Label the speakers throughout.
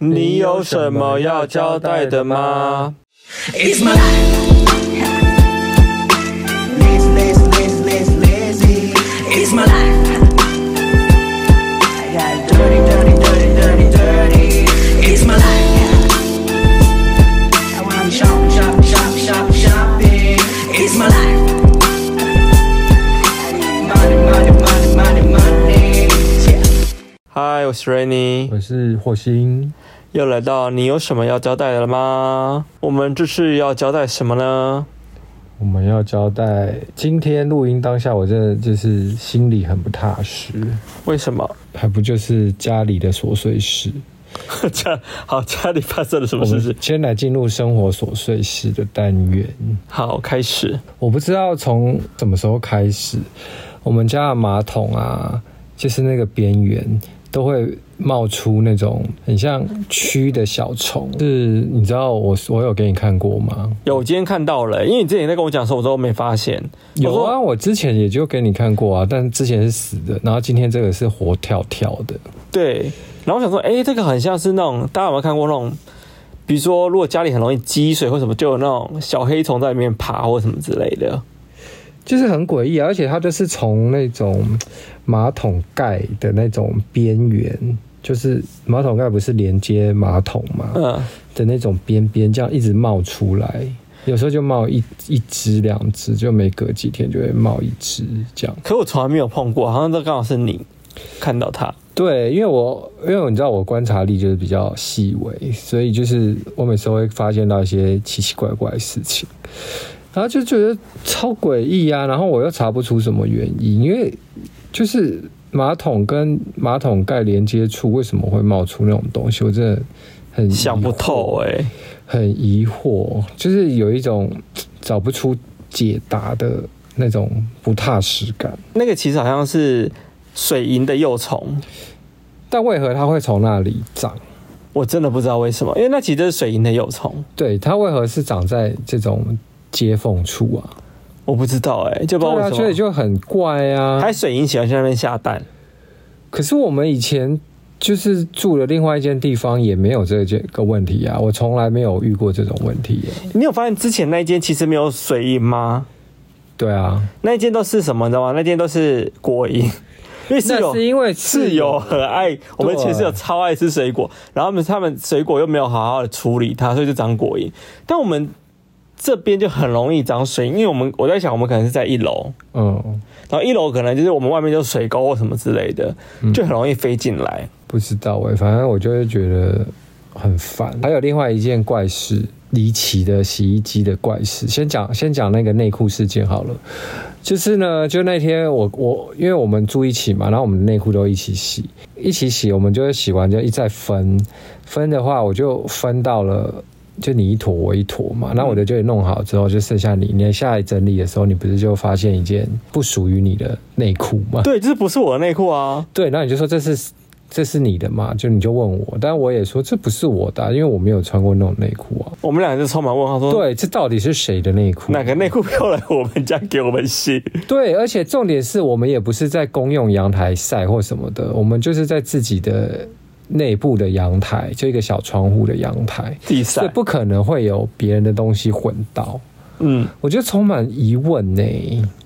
Speaker 1: 你有什么要交代的吗？
Speaker 2: It's my life. Lazy, lazy, lazy, lazy, lazy. It's my life. I got dirty, dirty, dirty, dirty, dirty. It's my life. I wanna shop, shop, shop, shop, shopping. It's my life. I need money, money, money, money, money. Yeah.
Speaker 1: 嗨，我是 Rainy，
Speaker 3: 我是火星，
Speaker 1: 又来到你有什么要交代的了吗？我们这次要交代什么呢？
Speaker 3: 我们要交代今天录音当下，我真的就是心里很不踏实，
Speaker 1: 为什么？
Speaker 3: 还不就是家里的琐碎事。
Speaker 1: 家好，家里发生了什么
Speaker 3: 我
Speaker 1: 事
Speaker 3: 们
Speaker 1: 情？
Speaker 3: 先来进入生活琐碎事的单元。
Speaker 1: 好，开始。
Speaker 3: 我不知道从什么时候开始，我们家的马桶啊，就是那个边缘都会冒出那种很像蛆的小虫。是，你知道我我有给你看过吗？
Speaker 1: 有，我今天看到了，因为你之前在跟我讲的时候，我都没发现。
Speaker 3: 有
Speaker 1: 我
Speaker 3: 啊，
Speaker 1: 说，
Speaker 3: 我之前也就给你看过啊，但之前是死的，然后今天这个是活跳跳的。
Speaker 1: 对。然后我想说，哎、这个很像是那种，大家有没有看过那种？比如说，如果家里很容易积水或什么，就有那种小黑虫在里面爬或什么之类的。
Speaker 3: 就是很诡异啊，而且它就是从那种马桶盖的那种边缘，就是马桶盖不是连接马桶嘛
Speaker 1: 嗯，
Speaker 3: 的那种边边，这样一直冒出来，有时候就冒一一只两只，就每隔几天就会冒一只这样。
Speaker 1: 可我从来没有碰过，好像这刚好是你看到它。
Speaker 3: 对，因为我因为你知道我观察力就是比较细微，所以就是我每次都会发现到一些奇奇怪怪的事情，然后就觉得超诡异啊，然后我又查不出什么原因，因为就是马桶跟马桶盖连接处为什么会冒出那种东西，我真的很疑惑
Speaker 1: 想不透哎、
Speaker 3: 很疑惑，就是有一种嘖找不出解答的那种不踏实感。
Speaker 1: 那个其实好像是水银的幼虫，
Speaker 3: 但为何它会从那里长？
Speaker 1: 我真的不知道为什么，因为那其实就是水银的幼虫，
Speaker 3: 对，它为何是长在这种接缝处啊？
Speaker 1: 我不知道哎、就不知道
Speaker 3: 对
Speaker 1: 为
Speaker 3: 啊，
Speaker 1: 什么。
Speaker 3: 所以就很怪啊
Speaker 1: 还。水银喜欢去那边下蛋，
Speaker 3: 可是我们以前就是住的另外一间地方也没有这件个问题啊，我从来没有遇过这种问题、耶。
Speaker 1: 你有发现之前那一间其实没有水银吗？
Speaker 3: 对啊，
Speaker 1: 那一间都是什么，你知道吗？那间都是果蝇，因为室
Speaker 3: 那
Speaker 1: 友
Speaker 3: 是因为
Speaker 1: 室友很爱，我们
Speaker 3: 对
Speaker 1: 寝室友超爱吃水果，然后他们他们水果又没有好好的处理它，所以就长果蝇。但我们这边就很容易长水，因为我们我在想，我们可能是在一楼，
Speaker 3: 嗯，
Speaker 1: 然后一楼可能就是我们外面就是水沟或什么之类的，
Speaker 3: 嗯
Speaker 1: 就很容易飞进来。
Speaker 3: 不知道哎、反正我就会觉得很烦。还有另外一件怪事，离奇的洗衣机的怪事。先讲先讲那个内裤事件好了。就是呢，就那天我我因为我们住一起嘛，然后我们内裤都一起洗，一起洗，我们就会洗完就一再分，分的话我就分到了。就你一坨我一坨嘛，那我的就弄好之后就剩下你。你下来整理的时候，你不是就发现一件不属于你的内裤吗？
Speaker 1: 对，这不是我的内裤啊，
Speaker 3: 对，然后你就说这是这是你的嘛？就你就问我，但我也说这不是我的啊、因为我没有穿过那种内裤啊。
Speaker 1: 我们俩就充满问号说，，
Speaker 3: 对，这到底是谁的内
Speaker 1: 哦
Speaker 3: 裤？
Speaker 1: 哪个内裤飘来我们家给我们洗？
Speaker 3: 对，而且重点是我们也不是在公用阳台晒或什么的，我们就是在自己的内部的阳台，就一个小窗户的阳台，
Speaker 1: 地
Speaker 3: 所以
Speaker 1: 上，
Speaker 3: 不可能会有别人的东西混到。
Speaker 1: 嗯，
Speaker 3: 我觉得充满疑问呢、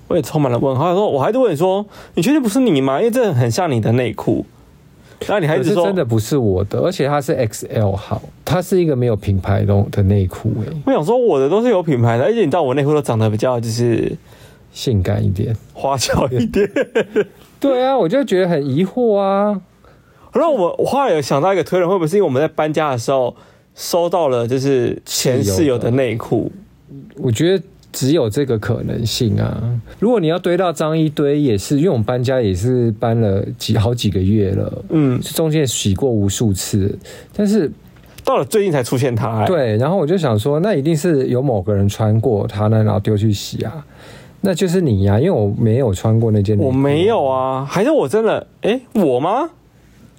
Speaker 1: 我也充满了问号。说，我还是问你说，你确定不是你吗？因为这很像你的内裤。然后你还一
Speaker 3: 可
Speaker 1: 直
Speaker 3: 是
Speaker 1: 说，
Speaker 3: 真的不是我的，而且它是 XL 号，它是一个没有品牌的的内裤诶、
Speaker 1: 我想说我的都是有品牌的，而且你知道我内裤都长得比较就是
Speaker 3: 性感一点。
Speaker 1: 花俏一点。
Speaker 3: 对啊，我就觉得很疑惑啊。
Speaker 1: 然后我我后来有想到一个推论，会不会是因为我们在搬家的时候收到了就是前室友的内裤？
Speaker 3: 我觉得只有这个可能性啊。如果你要堆到脏一堆，也是因为我们搬家也是搬了几好几个月了，
Speaker 1: 嗯，
Speaker 3: 中间洗过无数次，但是
Speaker 1: 到了最近才出现它、欸。，
Speaker 3: 对，然后我就想说，那一定是有某个人穿过它呢，然后丢去洗啊。那就是你啊呀、因为我没有穿过那件，
Speaker 1: 我没有，啊，还是我真的？哎、我吗？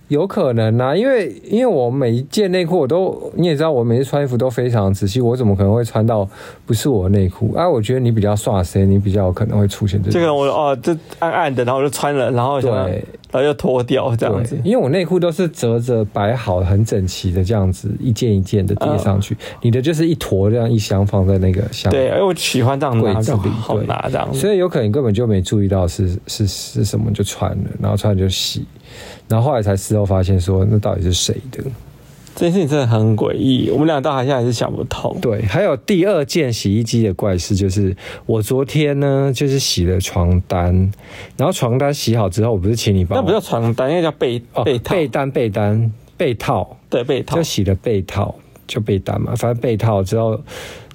Speaker 3: 有可能啊，因为因为我每一件内裤我都，你也知道，我每次穿衣服都非常仔细，我怎么可能会穿到不是我的内裤？啊，我觉得你比较刷谁，你比较有可能会出现这
Speaker 1: 这个
Speaker 3: 种。
Speaker 1: 我哦，这暗暗的，然后我就穿了，然后想要
Speaker 3: 对
Speaker 1: 然后又脱掉这样子
Speaker 3: 对，。因为我内裤都是折着摆好，很整齐的这样子，一件一件的叠上去。你的就是一坨这样一箱放在那个
Speaker 1: 嗯
Speaker 3: 箱，
Speaker 1: 对，，哎，我喜欢这样拿，
Speaker 3: 柜子
Speaker 1: 就
Speaker 3: 里
Speaker 1: 好
Speaker 3: 对
Speaker 1: 拿这样子。
Speaker 3: 所以有可能根本就没注意到是是是什么就穿了，然后穿了就洗，然后后来才事后发现说那到底是谁的。
Speaker 1: 这件事情真的很诡异，我们俩到现在还是想不通。
Speaker 3: 对，还有第二件洗衣机的怪事就是，我昨天呢就是洗了床单，然后床单洗好之后，我不是请你帮
Speaker 1: 那
Speaker 3: 我
Speaker 1: 不叫床单，那叫被
Speaker 3: 哦
Speaker 1: 被套，
Speaker 3: 被单被单被套，
Speaker 1: 对被套
Speaker 3: 就。洗了被套就被单嘛，反正被套之后，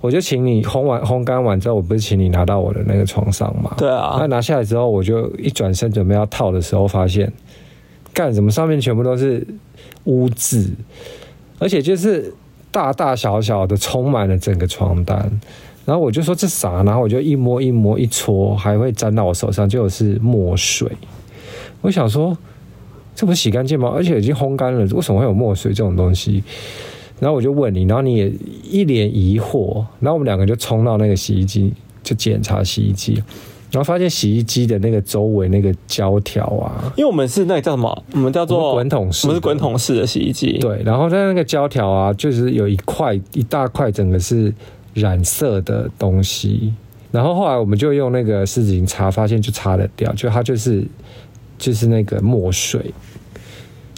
Speaker 3: 我就请你烘完烘干完之后，我不是请你拿到我的那个床上 嘛？
Speaker 1: 对啊
Speaker 3: 那拿下来之后，我就一转身准备要套的时候，发现干什么上面全部都是污渍，而且就是大大小小的充满了整个床单。然后我就说这啥？然后我就一摸一摸一搓，还会沾到我手上，结果是墨水。我想说，这不是洗干净吗？而且已经烘干了，为什么会有墨水这种东西？然后我就问你，然后你也一脸疑惑，然后我们两个就冲到那个洗衣机就检查洗衣机，然后发现洗衣机的那个周围那个胶条啊，
Speaker 1: 因为我们是那个叫什么？我们叫做
Speaker 3: 我们滚筒式的
Speaker 1: 我们是滚筒式的洗衣机。
Speaker 3: 对，然后它那个胶条啊，就是有一块一大块，整个是染色的东西。然后后来我们就用那个湿纸巾擦，发现就擦得掉，就它就是就是那个墨水。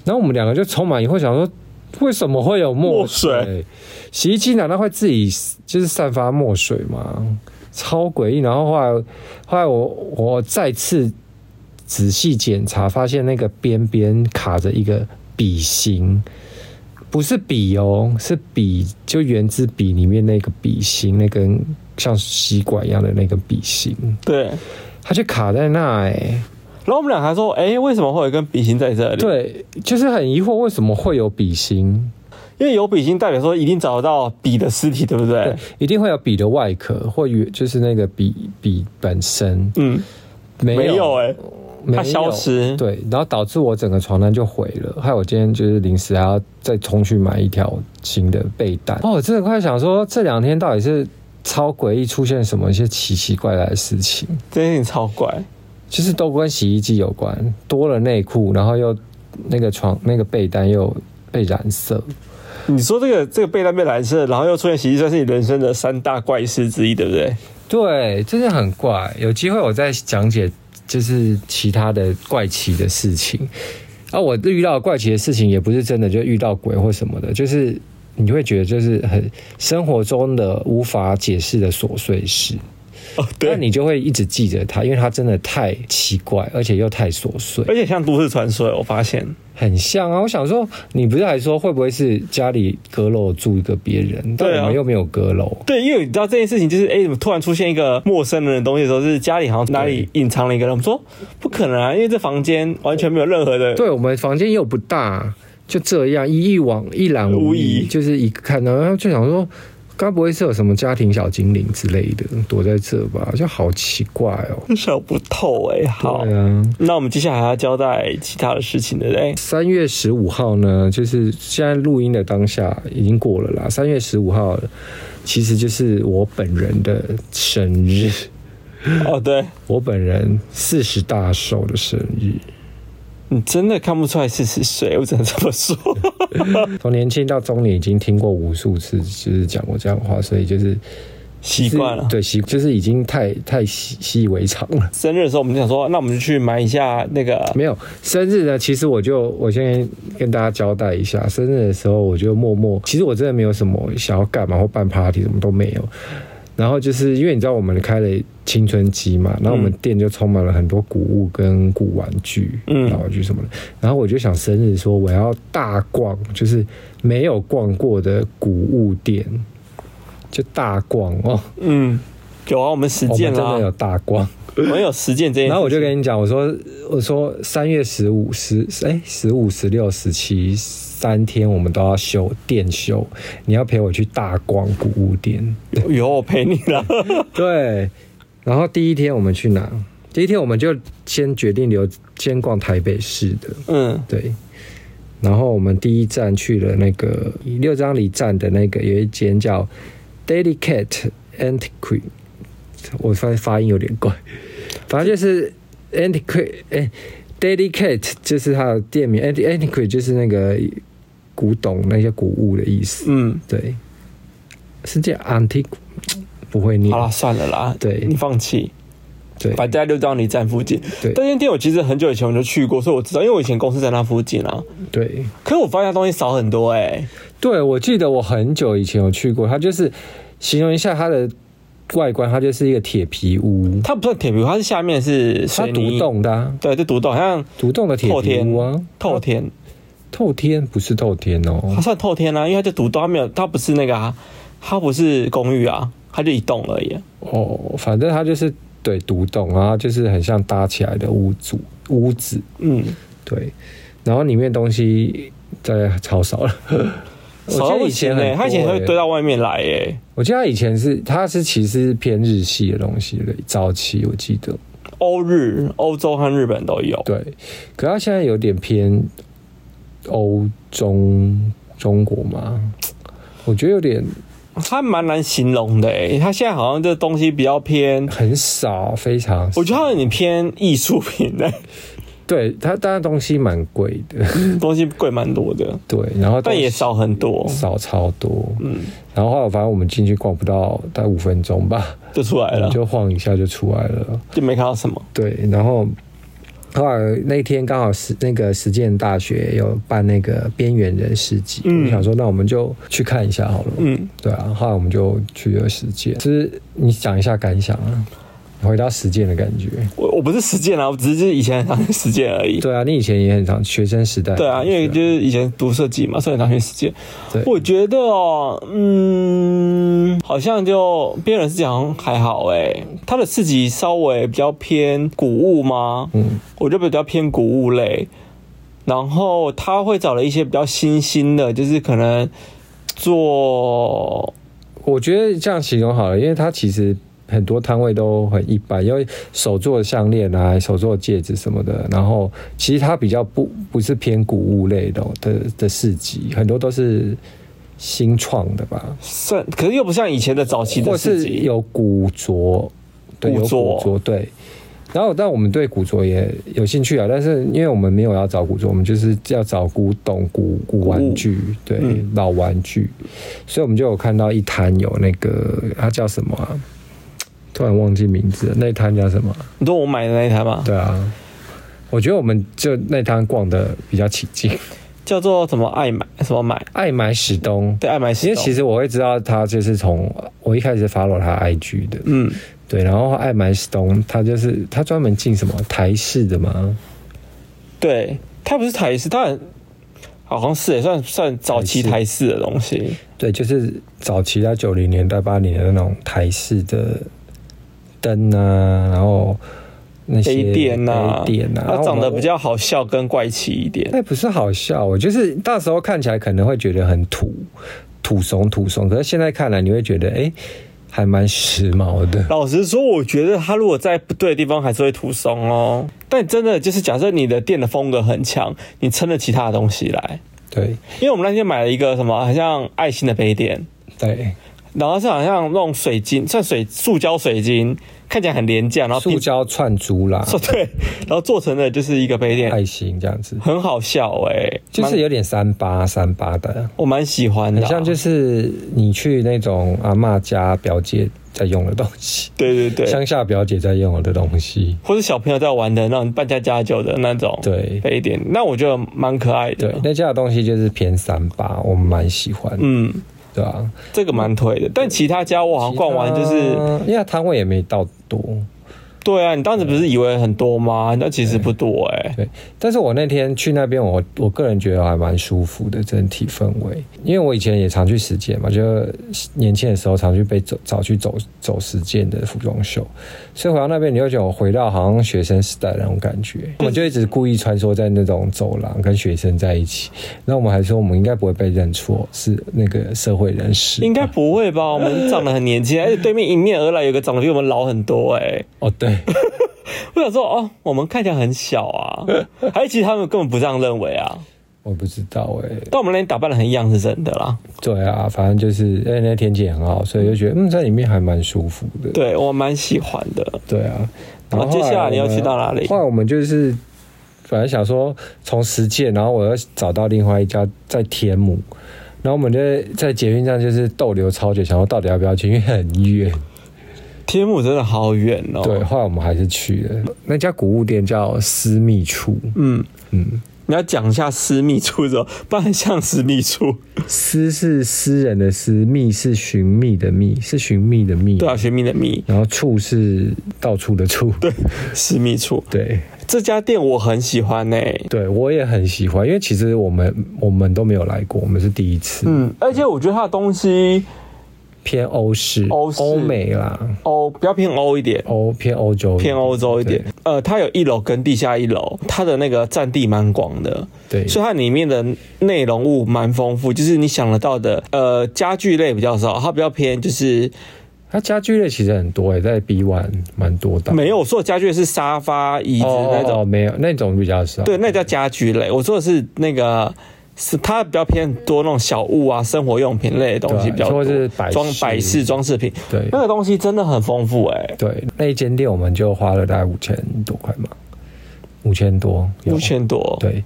Speaker 3: 然后我们两个就充满疑惑，想说为什么会有墨水？
Speaker 1: 墨
Speaker 3: 洗衣机难道会自己就是散发墨水吗？超诡异。然后后来后来我我再次仔细检查，发现那个边边卡着一个笔芯，不是笔哦，是笔，就圆珠笔里面那个笔芯，那根像吸管一样的那个笔芯，
Speaker 1: 对
Speaker 3: 它就卡在那哎、
Speaker 1: 然后我们俩还说，哎、为什么会有一根笔芯在这里？，
Speaker 3: 对，就是很疑惑为什么会有笔芯。
Speaker 1: 因为有笔芯代表说一定找得到笔的尸体，对不对？
Speaker 3: 对，一定会有笔的外壳或原，就是那个笔笔本身
Speaker 1: 嗯，
Speaker 3: 没
Speaker 1: 没有哎、
Speaker 3: 没有
Speaker 1: 它消失
Speaker 3: 对，然后导致我整个床单就毁了，害我今天就是临时还要再冲去买一条新的被单。哦，我真的快想说这两天到底是超诡异出现什么一些奇奇怪怪的事情，
Speaker 1: 这件事情超怪。
Speaker 3: 就是都跟洗衣机有关，多了内裤，然后又那个床那个被单又被染色，
Speaker 1: 你说这个这个被单被蓝色，然后又出现洗衣机，算是你人生的三大怪事之一，对不对？
Speaker 3: 对，真的很怪。有机会我再讲解，就是其他的怪奇的事情。啊，我遇到的怪奇的事情也不是真的就遇到鬼或什么的，就是你会觉得就是很生活中的无法解释的琐碎事，
Speaker 1: 哦，
Speaker 3: 那
Speaker 1: 对。
Speaker 3: 你就会一直记着它，因为它真的太奇怪，而且又太琐碎，
Speaker 1: 而且像都市传说，我发现
Speaker 3: 很像啊。我想说，你不是还说会不会是家里阁楼住一个别人，但
Speaker 1: 对啊
Speaker 3: 我们又没有阁楼，
Speaker 1: 对，因为你知道这件事情，就是哎，怎么突然出现一个陌生人的东西的时候，是家里好像哪里隐藏了一个人。我们说不可能啊，因为这房间完全没有任何的
Speaker 3: 对我们房间又不大，就这样一一往一览无
Speaker 1: 无遗
Speaker 3: 遗，就是一看到，然后就想说，该不会是有什么家庭小精灵之类的躲在这吧？就好奇怪哦。
Speaker 1: 想不透哎、好，
Speaker 3: 对啊，
Speaker 1: 那我们接下来还要交代其他的事情，对不 对？
Speaker 3: 三月十五号呢，就是现在录音的当下已经过了啦。三月十五号其实就是我本人的生日，
Speaker 1: 哦，对，
Speaker 3: 我本人四十大寿的生日。
Speaker 1: 你真的看不出来是是谁，我只能这么 说。
Speaker 3: 从年轻到中年已经听过无数次，就是讲过这样的话，所以就是
Speaker 1: 习惯了
Speaker 3: 是。对，习就是已经太太习习以为常了。
Speaker 1: 生日的时候，我们就想说，那我们就去买一下那个
Speaker 3: 没有生日呢，其实我就我先跟大家交代一下，生日的时候我就默默，其实我真的没有什么想要干嘛或办 party 什么都没有。然后就是因为你知道我们开了青春期嘛，然后我们店就充满了很多古物跟古玩具、
Speaker 1: 嗯
Speaker 3: 老具什么的。然后我就想生日说我要大逛，就是没有逛过的古物店，就大逛哦，
Speaker 1: 嗯，有啊，我们实
Speaker 3: 我
Speaker 1: 践
Speaker 3: 们真的有
Speaker 1: 啦，
Speaker 3: 大逛。
Speaker 1: 我们有实践这件事情。
Speaker 3: 然后我就跟你讲，我说我说三月十五、十哎十五、十六、十七三天我们都要休店休，你要陪我去大光古物店。
Speaker 1: 有有我陪你 啦。
Speaker 3: 对，然后第一天我们去哪？第一天我们就先决定留先逛台北市的，
Speaker 1: 嗯，
Speaker 3: 对。然后我们第一站去了那个六张里站的那个有一间叫 Delicate Antiquary，我发现发音有点怪，反正就是 Antiquary，哎、Delicate 就是它的店名，anti antiquary 就是那个古董那些古物的意思，
Speaker 1: 嗯，
Speaker 3: 对，是叫 antique，不会念
Speaker 1: 好，啦，算了啦，
Speaker 3: 对
Speaker 1: 你放弃，
Speaker 3: 对，
Speaker 1: 反正在六张里站附近。
Speaker 3: 对
Speaker 1: 但这间店我其实很久以前我就去过，所以我知道，因为我以前公司在那附近啊。
Speaker 3: 对。
Speaker 1: 可是我发现它东西少很多哎、
Speaker 3: 对，我记得我很久以前有去过，它就是形容一下它的外观，它就是一个铁皮屋，
Speaker 1: 它不算铁皮屋，它是下面是
Speaker 3: 它
Speaker 1: 水
Speaker 3: 独
Speaker 1: 泥，
Speaker 3: 洞的、啊，
Speaker 1: 对，就独栋，好像
Speaker 3: 独洞的铁
Speaker 1: 透
Speaker 3: 皮
Speaker 1: 天
Speaker 3: 屋啊，
Speaker 1: 透天，
Speaker 3: 透天不是透天
Speaker 1: 它
Speaker 3: 哦，
Speaker 1: 算透天啊，因为它就独栋，它没有，它不是那个啊，它不是公寓啊，它就一栋而已。
Speaker 3: 哦，反正它就是对独洞啊，然后就是很像搭起来的屋主屋子，
Speaker 1: 嗯，
Speaker 3: 对，然后里面东西大概超少了。我记
Speaker 1: 少到
Speaker 3: 得
Speaker 1: 不
Speaker 3: 以前
Speaker 1: 行哎、
Speaker 3: 很多
Speaker 1: 它以前
Speaker 3: 欸
Speaker 1: 会堆到外面来哎、
Speaker 3: 我记得它以前是它是其实是偏日系的东西了，早期我记得，
Speaker 1: 欧日、欧洲和日本都有。
Speaker 3: 对，可它现在有点偏欧中中国嘛，我觉得有点
Speaker 1: 它蛮难形容的诶、它现在好像这东西比较偏，
Speaker 3: 很少，非常少。
Speaker 1: 我觉得它有点偏艺术品欸的、
Speaker 3: 对它，当然东西蛮贵的，
Speaker 1: 东西贵蛮多的，
Speaker 3: 对，然后
Speaker 1: 但也
Speaker 3: 东西
Speaker 1: 少很多，
Speaker 3: 少超多，嗯，然后后来反正我们进去逛不到大概五分钟吧，
Speaker 1: 就出来
Speaker 3: 我
Speaker 1: 了
Speaker 3: 们，就晃一下就出来了，
Speaker 1: 就没看到什么。
Speaker 3: 对，然后。后来那天刚好是那个实践大学有办那个边缘人市集，
Speaker 1: 嗯
Speaker 3: 我想说那我们就去看一下好了。
Speaker 1: 嗯，
Speaker 3: 对啊，后来我们就去了实践。就是你讲一下感想啊，回到实践的感觉。
Speaker 1: 我我不是实践啊，我只是以前很常去实践而已。
Speaker 3: 对啊，你以前也很常学生时代。
Speaker 1: 对啊，因为就是以前读设计嘛，所以很常去实践。
Speaker 3: 对
Speaker 1: 我觉得哦，嗯，好像就边缘市集好像还好诶，它的市集稍微比较偏古物吗？
Speaker 3: 嗯，
Speaker 1: 我就比较偏古物类，然后他会找了一些比较新兴的，就是可能做
Speaker 3: 我觉得这样形容好了，因为它其实很多摊位都很一般，因为手做项链啊、手做戒指什么的，然后其实它比较不不是偏古物类的哦的的市集，很多都是新创的吧，
Speaker 1: 算，可是又不像以前的早期
Speaker 3: 或
Speaker 1: 的市
Speaker 3: 是
Speaker 1: 集，
Speaker 3: 有古着，对，有
Speaker 1: 古着
Speaker 3: 古着，对。然后，但我们对古着也有兴趣啊，但是因为我们没有要找古着，我们就是要找古董、古古玩具，对，
Speaker 1: 嗯
Speaker 3: 老玩具，所以我们就有看到一摊有那个，它叫什么啊？突然忘记名字了，那一摊叫什么啊？
Speaker 1: 你说我买的那一台吗？
Speaker 3: 对啊，我觉得我们就那摊逛的比较起劲，
Speaker 1: 叫做什么爱买什么买，
Speaker 3: 爱买史东。
Speaker 1: 对，爱买
Speaker 3: 因
Speaker 1: 石
Speaker 3: 为
Speaker 1: 头。
Speaker 3: 其实我会知道他就是从我一开始 follow 他 IG 的，
Speaker 1: 嗯，
Speaker 3: 对，然后爱买 Stone，他就是他专门进什么台式的嘛，
Speaker 1: 对，它不是台式，它很好像是也算算早期
Speaker 3: 台
Speaker 1: 台式的东西。
Speaker 3: 对，就是早期在九零年代、八零年代那种台式的灯啊，然后那些
Speaker 1: A 店呐、
Speaker 3: A 店啊，然
Speaker 1: 它
Speaker 3: 后
Speaker 1: 长得
Speaker 3: 我
Speaker 1: 比较好笑跟怪奇一点。
Speaker 3: 那不是好笑，我就是那时候看起来可能会觉得很土土怂土怂，可是现在看来你会觉得哎、诶还蛮时髦的。
Speaker 1: 老实说，我觉得它如果在不对的地方，还是会涂松哦。但真的就是，假设你的店的风格很强，你撑得起他的东西来。
Speaker 3: 对
Speaker 1: 因为我们那天买了一个什么，好像爱心的杯垫，
Speaker 3: 对，
Speaker 1: 然后是好像那种水晶，算水塑胶水晶，看起来很廉价，然后拼
Speaker 3: 塑胶串 珠啦，
Speaker 1: 做对，然后做成的就是一个杯垫，
Speaker 3: 爱心这样子，
Speaker 1: 很好笑哎、
Speaker 3: 就是
Speaker 1: 蛮
Speaker 3: 有点三八三八的。
Speaker 1: 我蛮喜欢的啊、
Speaker 3: 很像就是你去那种阿嬷家表姐在用的东西，
Speaker 1: 对对对，
Speaker 3: 乡下表姐在用的东西，
Speaker 1: 或是小朋友在玩的那种扮家家酒的那种
Speaker 3: 对
Speaker 1: 杯垫，那我觉得蛮可爱的。
Speaker 3: 对，那家的东西就是偏三八，我们蛮喜欢，
Speaker 1: 嗯，
Speaker 3: 对啊？
Speaker 1: 这个蛮推的。但其他家我好像逛完就是，
Speaker 3: 嗯因为它摊位也没到多，
Speaker 1: 对啊，你当时不是以为很多吗？那其实不多哎、
Speaker 3: 对。但是我那天去那边，我我个人觉得还蛮舒服的整体氛围，因为我以前也常去实践嘛，就年轻的时候常去被走找去走走实践的服装秀，所以回到那边，你会觉得我回到好像学生时代的那种感觉。我们就一直故意穿梭在那种走廊，跟学生在一起。那我们还说，我们应该不会被认错，是那个社会人士。
Speaker 1: 应该不会吧？我们长得很年 轻，而且对面迎面而来有个长得比我们老很多哎、
Speaker 3: 哦，对，
Speaker 1: 我想说哦，我们看起来很小啊，还是其实他们根本不这样认为啊？
Speaker 3: 我不知道哎、
Speaker 1: 但我们那天打扮的很样是真的啦。
Speaker 3: 对啊，反正就是哎、那天气也很好，所以就觉得嗯，在里面还蛮舒服的。
Speaker 1: 对我蛮喜欢的。
Speaker 3: 对啊，然后
Speaker 1: 好接下来
Speaker 3: 后我们
Speaker 1: 你要去到哪里
Speaker 3: 后来我们就是本来想说从实践，然后我要找到另外一家在天母，然后我们就在捷运站就是逗留超久，想说到底要不要去，因为很远。
Speaker 1: 哦天幕真的好远哦。
Speaker 3: 对，，后来我们还是去了那家古物店，叫私密处。
Speaker 1: 嗯，
Speaker 3: 嗯，
Speaker 1: 你要讲一下私密处的，不然很像私密处。
Speaker 3: 私是私人的私，密是寻觅的觅，是寻觅的觅。
Speaker 1: 对啊，学密的密，
Speaker 3: 然后处是到处的处。对
Speaker 1: 私密处
Speaker 3: 对
Speaker 1: 这家店我很喜欢欸呢、
Speaker 3: 对，我也很喜欢，因为其实我们我们都没有来过，我们是第一次。
Speaker 1: 嗯，而且我觉得它的东西
Speaker 3: 偏欧式、
Speaker 1: 欧式
Speaker 3: 美啦，
Speaker 1: 哦，比较偏欧一点，
Speaker 3: 欧偏欧洲、
Speaker 1: 偏欧洲一点
Speaker 3: 对。。
Speaker 1: 呃，它有一楼跟地下一楼，它的那个占地蛮广的，
Speaker 3: 对
Speaker 1: 所以它里面的内容物蛮丰富，就是你想得到的。呃，家具类比较少，它比较偏就是
Speaker 3: 它家具类其实很多诶、欸在 B one 蛮多的。
Speaker 1: 没有我说的家具是沙发、椅子
Speaker 3: 哦
Speaker 1: 那种。
Speaker 3: 哦哦没有那种比较少。
Speaker 1: 对，那叫家居类。我说的是那个，是它比较偏多那种小物啊、生活用品类的东西
Speaker 3: 对啊
Speaker 1: 比较多，
Speaker 3: 或是摆
Speaker 1: 装
Speaker 3: 饰
Speaker 1: 摆饰、装饰品。
Speaker 3: 对啊
Speaker 1: 那个东西真的很丰富哎、
Speaker 3: 对，那一间店我们就花了大概五千多块嘛，五千多，有
Speaker 1: 五千多，
Speaker 3: 对。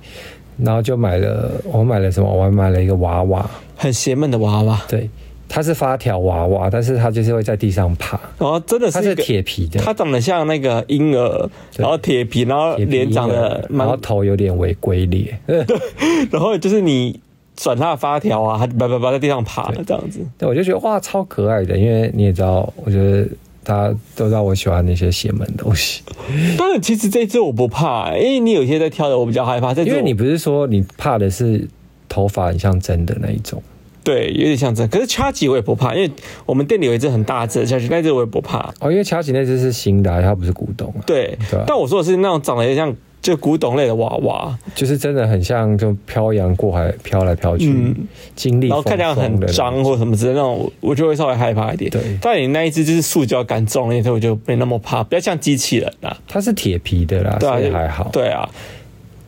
Speaker 3: 然后就买了，我买了什么？我还买了一个娃娃，
Speaker 1: 很邪门的娃娃，
Speaker 3: 对，它是发条娃娃，但是它就是会在地上爬，
Speaker 1: 然后真的
Speaker 3: 它
Speaker 1: 是一
Speaker 3: 是
Speaker 1: 个
Speaker 3: 铁皮的，
Speaker 1: 它长得像那个婴儿，
Speaker 3: 对
Speaker 1: 然后铁皮，然后
Speaker 3: 铁皮
Speaker 1: 脸长得
Speaker 3: 的，然
Speaker 1: 蛮，
Speaker 3: 后头有点微龟裂，
Speaker 1: 然后就是你转它的发条啊，它就叭叭叭在地上爬这样子。
Speaker 3: 对，我就觉得哇，超可爱的，因为你也知道，我觉得大家都知道我喜欢那些邪门 东西。
Speaker 1: 但是其实这只我不怕、因为你有些在挑的我比较害怕，这只
Speaker 3: 因为
Speaker 1: 我
Speaker 3: 你不是说你怕的是头发很像真的那一种，
Speaker 1: 对，有点像这样。可是掐指我也不怕，因为我们店里有一只很大只的掐指，那只我也不怕。
Speaker 3: 哦，因为乔起那只是新的啊、它不是古董啊，
Speaker 1: 对，
Speaker 3: 对啊
Speaker 1: 但我说的是那种长得有点像就古董类的娃娃，
Speaker 3: 就是真的很像就漂洋过海飘来飘去，
Speaker 1: 嗯
Speaker 3: 经历
Speaker 1: 然后看起来
Speaker 3: 风风
Speaker 1: 很
Speaker 3: 的那种
Speaker 1: 脏或什么之类的那种，我就会稍微害怕一点。
Speaker 3: 对
Speaker 1: 但你那一只就是塑胶感重一点，所以我就没那么怕，比较像机器人啦、
Speaker 3: 它是铁皮的啦，
Speaker 1: 对啊，
Speaker 3: 所以
Speaker 1: 就
Speaker 3: 还好。，
Speaker 1: 对啊，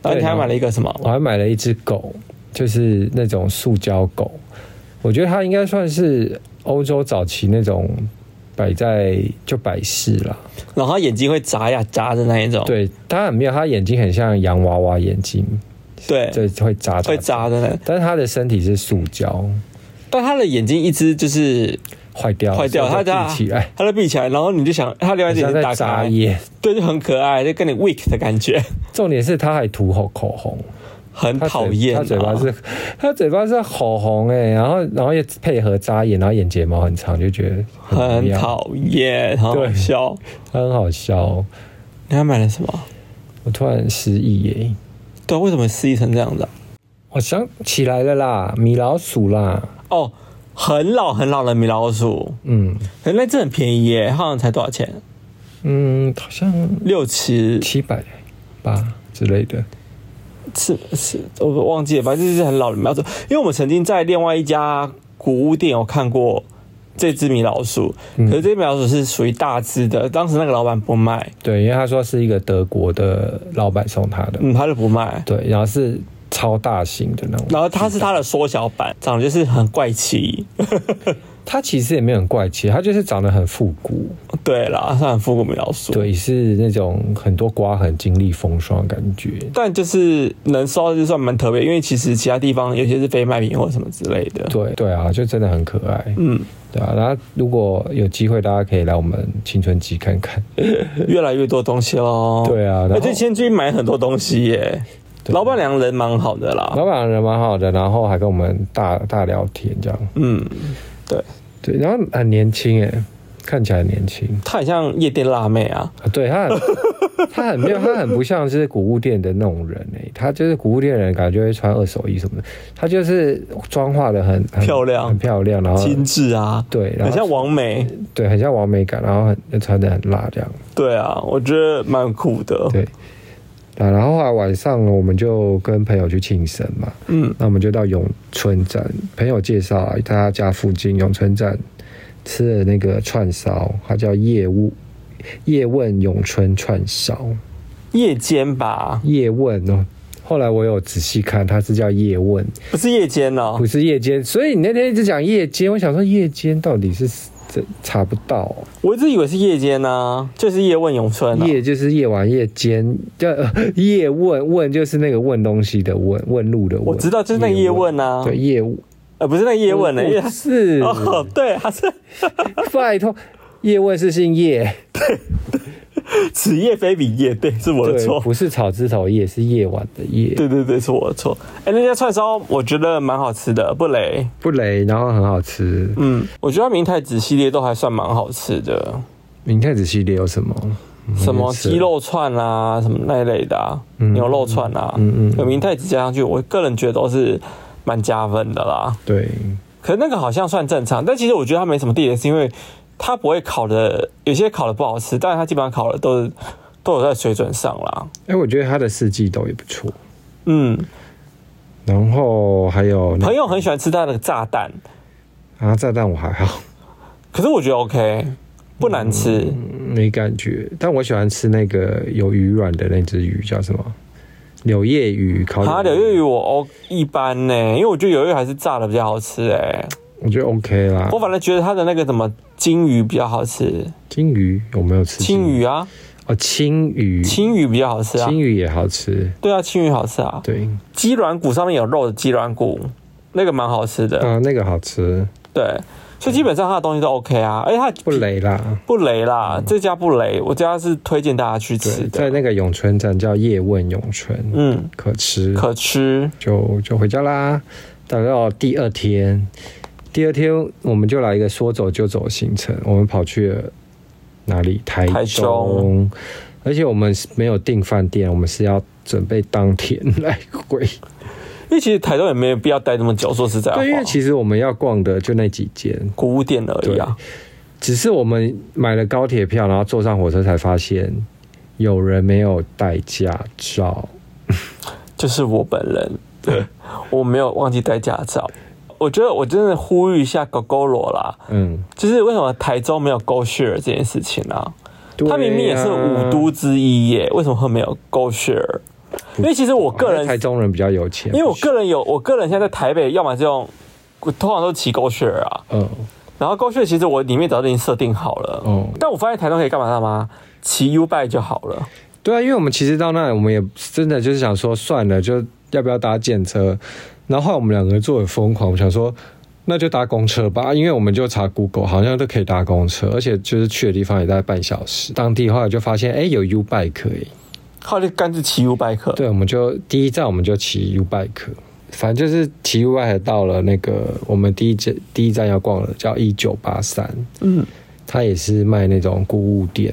Speaker 1: 然后你还买了一个什么？
Speaker 3: 我还买了一只狗，就是那种塑胶狗，我觉得它应该算是欧洲早期那种摆在就摆饰啦。
Speaker 1: 然后它眼睛会眨呀眨的那一种。
Speaker 3: 对，它很妙，它眼睛很像洋娃娃眼睛，
Speaker 1: 对
Speaker 3: 对，会眨
Speaker 1: 会眨的那。
Speaker 3: 但是它的身体是塑胶，
Speaker 1: 但它的眼睛一只就是
Speaker 3: 坏掉，
Speaker 1: 坏掉，
Speaker 3: 所
Speaker 1: 它
Speaker 3: 以它
Speaker 1: 它
Speaker 3: 哦闭起来，
Speaker 1: 它就闭起来，然后你就想它另外一
Speaker 3: 哎很
Speaker 1: 只眼
Speaker 3: 像
Speaker 1: 睛
Speaker 3: 在
Speaker 1: 打
Speaker 3: 眨
Speaker 1: 开。
Speaker 3: 眼。
Speaker 1: 对，就很可爱，就跟你 weak 的感觉，
Speaker 3: 重点是它还涂口口红，
Speaker 1: 很
Speaker 3: 它嘴
Speaker 1: 讨厌、啊。
Speaker 3: 它嘴巴是，它嘴巴是口红哎、然后然后又配合眨眼，然后眼睫毛很长，就觉得很
Speaker 1: 很
Speaker 3: 妙，
Speaker 1: 讨厌，很好
Speaker 3: 对
Speaker 1: 笑。
Speaker 3: 很好笑哦、
Speaker 1: 你还买了什么？
Speaker 3: 我突然失忆耶、
Speaker 1: 对啊，为什么失忆成这样子啊、
Speaker 3: 我想起来了啦，米老鼠啦，
Speaker 1: 哦，很老很老的米老鼠，
Speaker 3: 嗯
Speaker 1: 可是那只很便宜耶，它好像才多少钱？
Speaker 3: 嗯，好像
Speaker 1: 六七
Speaker 3: 七百八之类的。
Speaker 1: 是是，我忘记了，反正就是很老的米老鼠。因为我们曾经在另外一家古物店有看过这只米老鼠，
Speaker 3: 嗯
Speaker 1: 可是这只米老鼠是属于大只的，当时那个老板不卖，
Speaker 3: 对，因为他说是一个德国的老板送他的，
Speaker 1: 嗯，他就不卖。
Speaker 3: 对，然后是超大型的那种。
Speaker 1: 然后它是它的缩小版，长得就是很怪奇。
Speaker 3: 它其实也没有很怪奇，它就是长得很复古，
Speaker 1: 对啦，它很复古米老鼠。，
Speaker 3: 对，是那种很多刮痕、经历风霜的感觉。
Speaker 1: 但就是能收到就算蛮特别，因为其实其他地方有些是非卖品或什么之类的。
Speaker 3: 对对啊，就真的很可爱，
Speaker 1: 嗯，
Speaker 3: 对啊。然后如果有机会，大家可以来我们青春期看看。
Speaker 1: 越来越多东西喽。
Speaker 3: 对啊然后
Speaker 1: 而且先去买很多东西耶。
Speaker 3: 对啊
Speaker 1: 老板娘人蛮好的啦。
Speaker 3: 老板人蛮好的，然后还跟我们大大聊天这样。
Speaker 1: 嗯，对，
Speaker 3: 对，然后很年轻哎，看起来很年轻。
Speaker 1: 她很像夜店辣妹啊。
Speaker 3: 啊对他很，他很没有，他很不像是古物店的那种人哎、他就是古物店的人，感觉会穿二手衣什么的，他就是妆化的很很
Speaker 1: 漂亮
Speaker 3: 很漂亮，然后
Speaker 1: 精致啊，
Speaker 3: 呃对然后
Speaker 1: 很像王美，
Speaker 3: 对，很像完美感，然后很穿的很辣这样，
Speaker 1: 对啊，我觉得蛮酷的，
Speaker 3: 对。啊，然后后来晚上呢，我们就跟朋友去庆生嘛，
Speaker 1: 嗯，
Speaker 3: 那我们就到永春站，朋友介绍啊他家附近永春站吃的那个串烧，它叫夜雾叶问永春串烧，
Speaker 1: 夜间吧，
Speaker 3: 叶问哦，后来我有仔细看，它是叫叶问，
Speaker 1: 不是夜间啊呐、
Speaker 3: 不是夜间。所以你那天一直讲夜间，我想说夜间到底是这查不到、
Speaker 1: 我一直以为是夜间呐、就是叶问咏春、啊。
Speaker 3: 夜就是夜晚夜间，叫、 呃叶问问就是那个问东西的问，问路的问。
Speaker 1: 我知道，就是那个叶问呐、啊，
Speaker 3: 对叶问
Speaker 1: 呃，不是那个叶问呢、叶
Speaker 3: 不是
Speaker 1: 哦，对，他是
Speaker 3: 拜托，叶问是姓叶，
Speaker 1: 此夜非彼夜，对，是我的
Speaker 3: 对，
Speaker 1: 错。
Speaker 3: 不是草字头叶，是夜晚的夜。
Speaker 1: 对对对，是我的错。哎、那家串烧我觉得蛮好吃的，不雷。
Speaker 3: 不雷，然后很好吃。
Speaker 1: 嗯，我觉得明太子系列都还算蛮好吃的，
Speaker 3: 明太子系列有什么？嗯
Speaker 1: 什么鸡肉串啊，什么那一类的、啊，牛肉串啊，
Speaker 3: 嗯嗯嗯
Speaker 1: 有明太子加上去，我个人觉得都是蛮加分的啦。
Speaker 3: 对，
Speaker 1: 可是那个好像算正常，但其实我觉得它没什么地雷，是因为它不会烤的，有些烤的不好吃，但是它基本上烤的都是都有在水准上啦。
Speaker 3: 哎、我觉得它的四季豆也不错。
Speaker 1: 嗯，
Speaker 3: 然后还有那
Speaker 1: 朋友很喜欢吃它的炸弹，
Speaker 3: 啊，炸弹我还好，
Speaker 1: 可是我觉得 OK，不难吃。
Speaker 3: 嗯没感觉。但我喜欢吃那个有鱼软的那只鱼，叫什么？柳叶鱼烤
Speaker 1: 啊，柳叶鱼我哦一般呢、因为我觉得柳叶鱼还是炸的比较好吃哎、
Speaker 3: 我觉得 OK 啦
Speaker 1: 我。反而觉得它的那个什么金鱼比较好吃，
Speaker 3: 金鱼有没有吃？
Speaker 1: 青鱼啊，
Speaker 3: 哦，青鱼，
Speaker 1: 青鱼比较好吃啊
Speaker 3: 青，鱼也好吃。
Speaker 1: 对啊，青鱼好吃啊，
Speaker 3: 对
Speaker 1: 鸡软骨上面有肉的鸡软骨，那个蛮好吃的，
Speaker 3: 啊，那个好吃，
Speaker 1: 对，所以基本上它的东西都 OK 啊，而且它
Speaker 3: 不雷啦。
Speaker 1: 不雷啦，这家不雷，我家是推荐大家去吃
Speaker 3: 嗯对，在
Speaker 1: 的，
Speaker 3: 那个永春站叫叶问永春，
Speaker 1: 嗯，
Speaker 3: 可吃
Speaker 1: 可吃，
Speaker 3: 就就回家啦。等到第二天，第二天我们就来一个说走就走的行程，我们跑去了哪里？台
Speaker 1: 台
Speaker 3: 中
Speaker 1: 中
Speaker 3: 而且我们是没有订饭店，我们是要准备当天来 回。
Speaker 1: 因为其实台东也没有必要待这么久，说实在话，
Speaker 3: 对，因为其实我们要逛的就那几间，
Speaker 1: 古物店而已啊，
Speaker 3: 只是我们买了高铁票，然后坐上火车才发现有人没有带驾照。
Speaker 1: 就是我本人，对， 我没有忘记带驾照。我觉得我真的呼吁一下狗狗罗啦，
Speaker 3: 嗯，
Speaker 1: 就是为什么台州没有 Go Share 这件事情啊？
Speaker 3: 对
Speaker 1: 它明明也是
Speaker 3: 啊
Speaker 1: 五都之一耶，为什么会没有 Go Share？因为其实我个人
Speaker 3: 台中人比较有钱，
Speaker 1: 因为我个人有，我个人现在在台北，要么就用，我通常都骑 Go Share 啊。
Speaker 3: 嗯
Speaker 1: 然后 Go Share 其实我里面早就已经设定好了，
Speaker 3: 哦
Speaker 1: 但我发现台东可以干嘛干嘛，骑 U Bike 就好了。
Speaker 3: 对啊，因为我们其实到那里，我们也真的就是想说，算了，就要不要搭电车？然后后来我们两个人做得很疯狂，我们想说，那就搭公车吧，因为我们就查 Google，好像都可以搭公车，而且就是去的地方也大概半小时。当地后来就发现，哎，有 U Bike 哎、
Speaker 1: 后来就干脆骑 U Bike，
Speaker 3: 对，我们就第一站我们就骑 U Bike，反正就是骑 U Bike 到了那个我们第一站第一站要逛的叫一九八三，
Speaker 1: 嗯，
Speaker 3: 它也是卖那种古物店。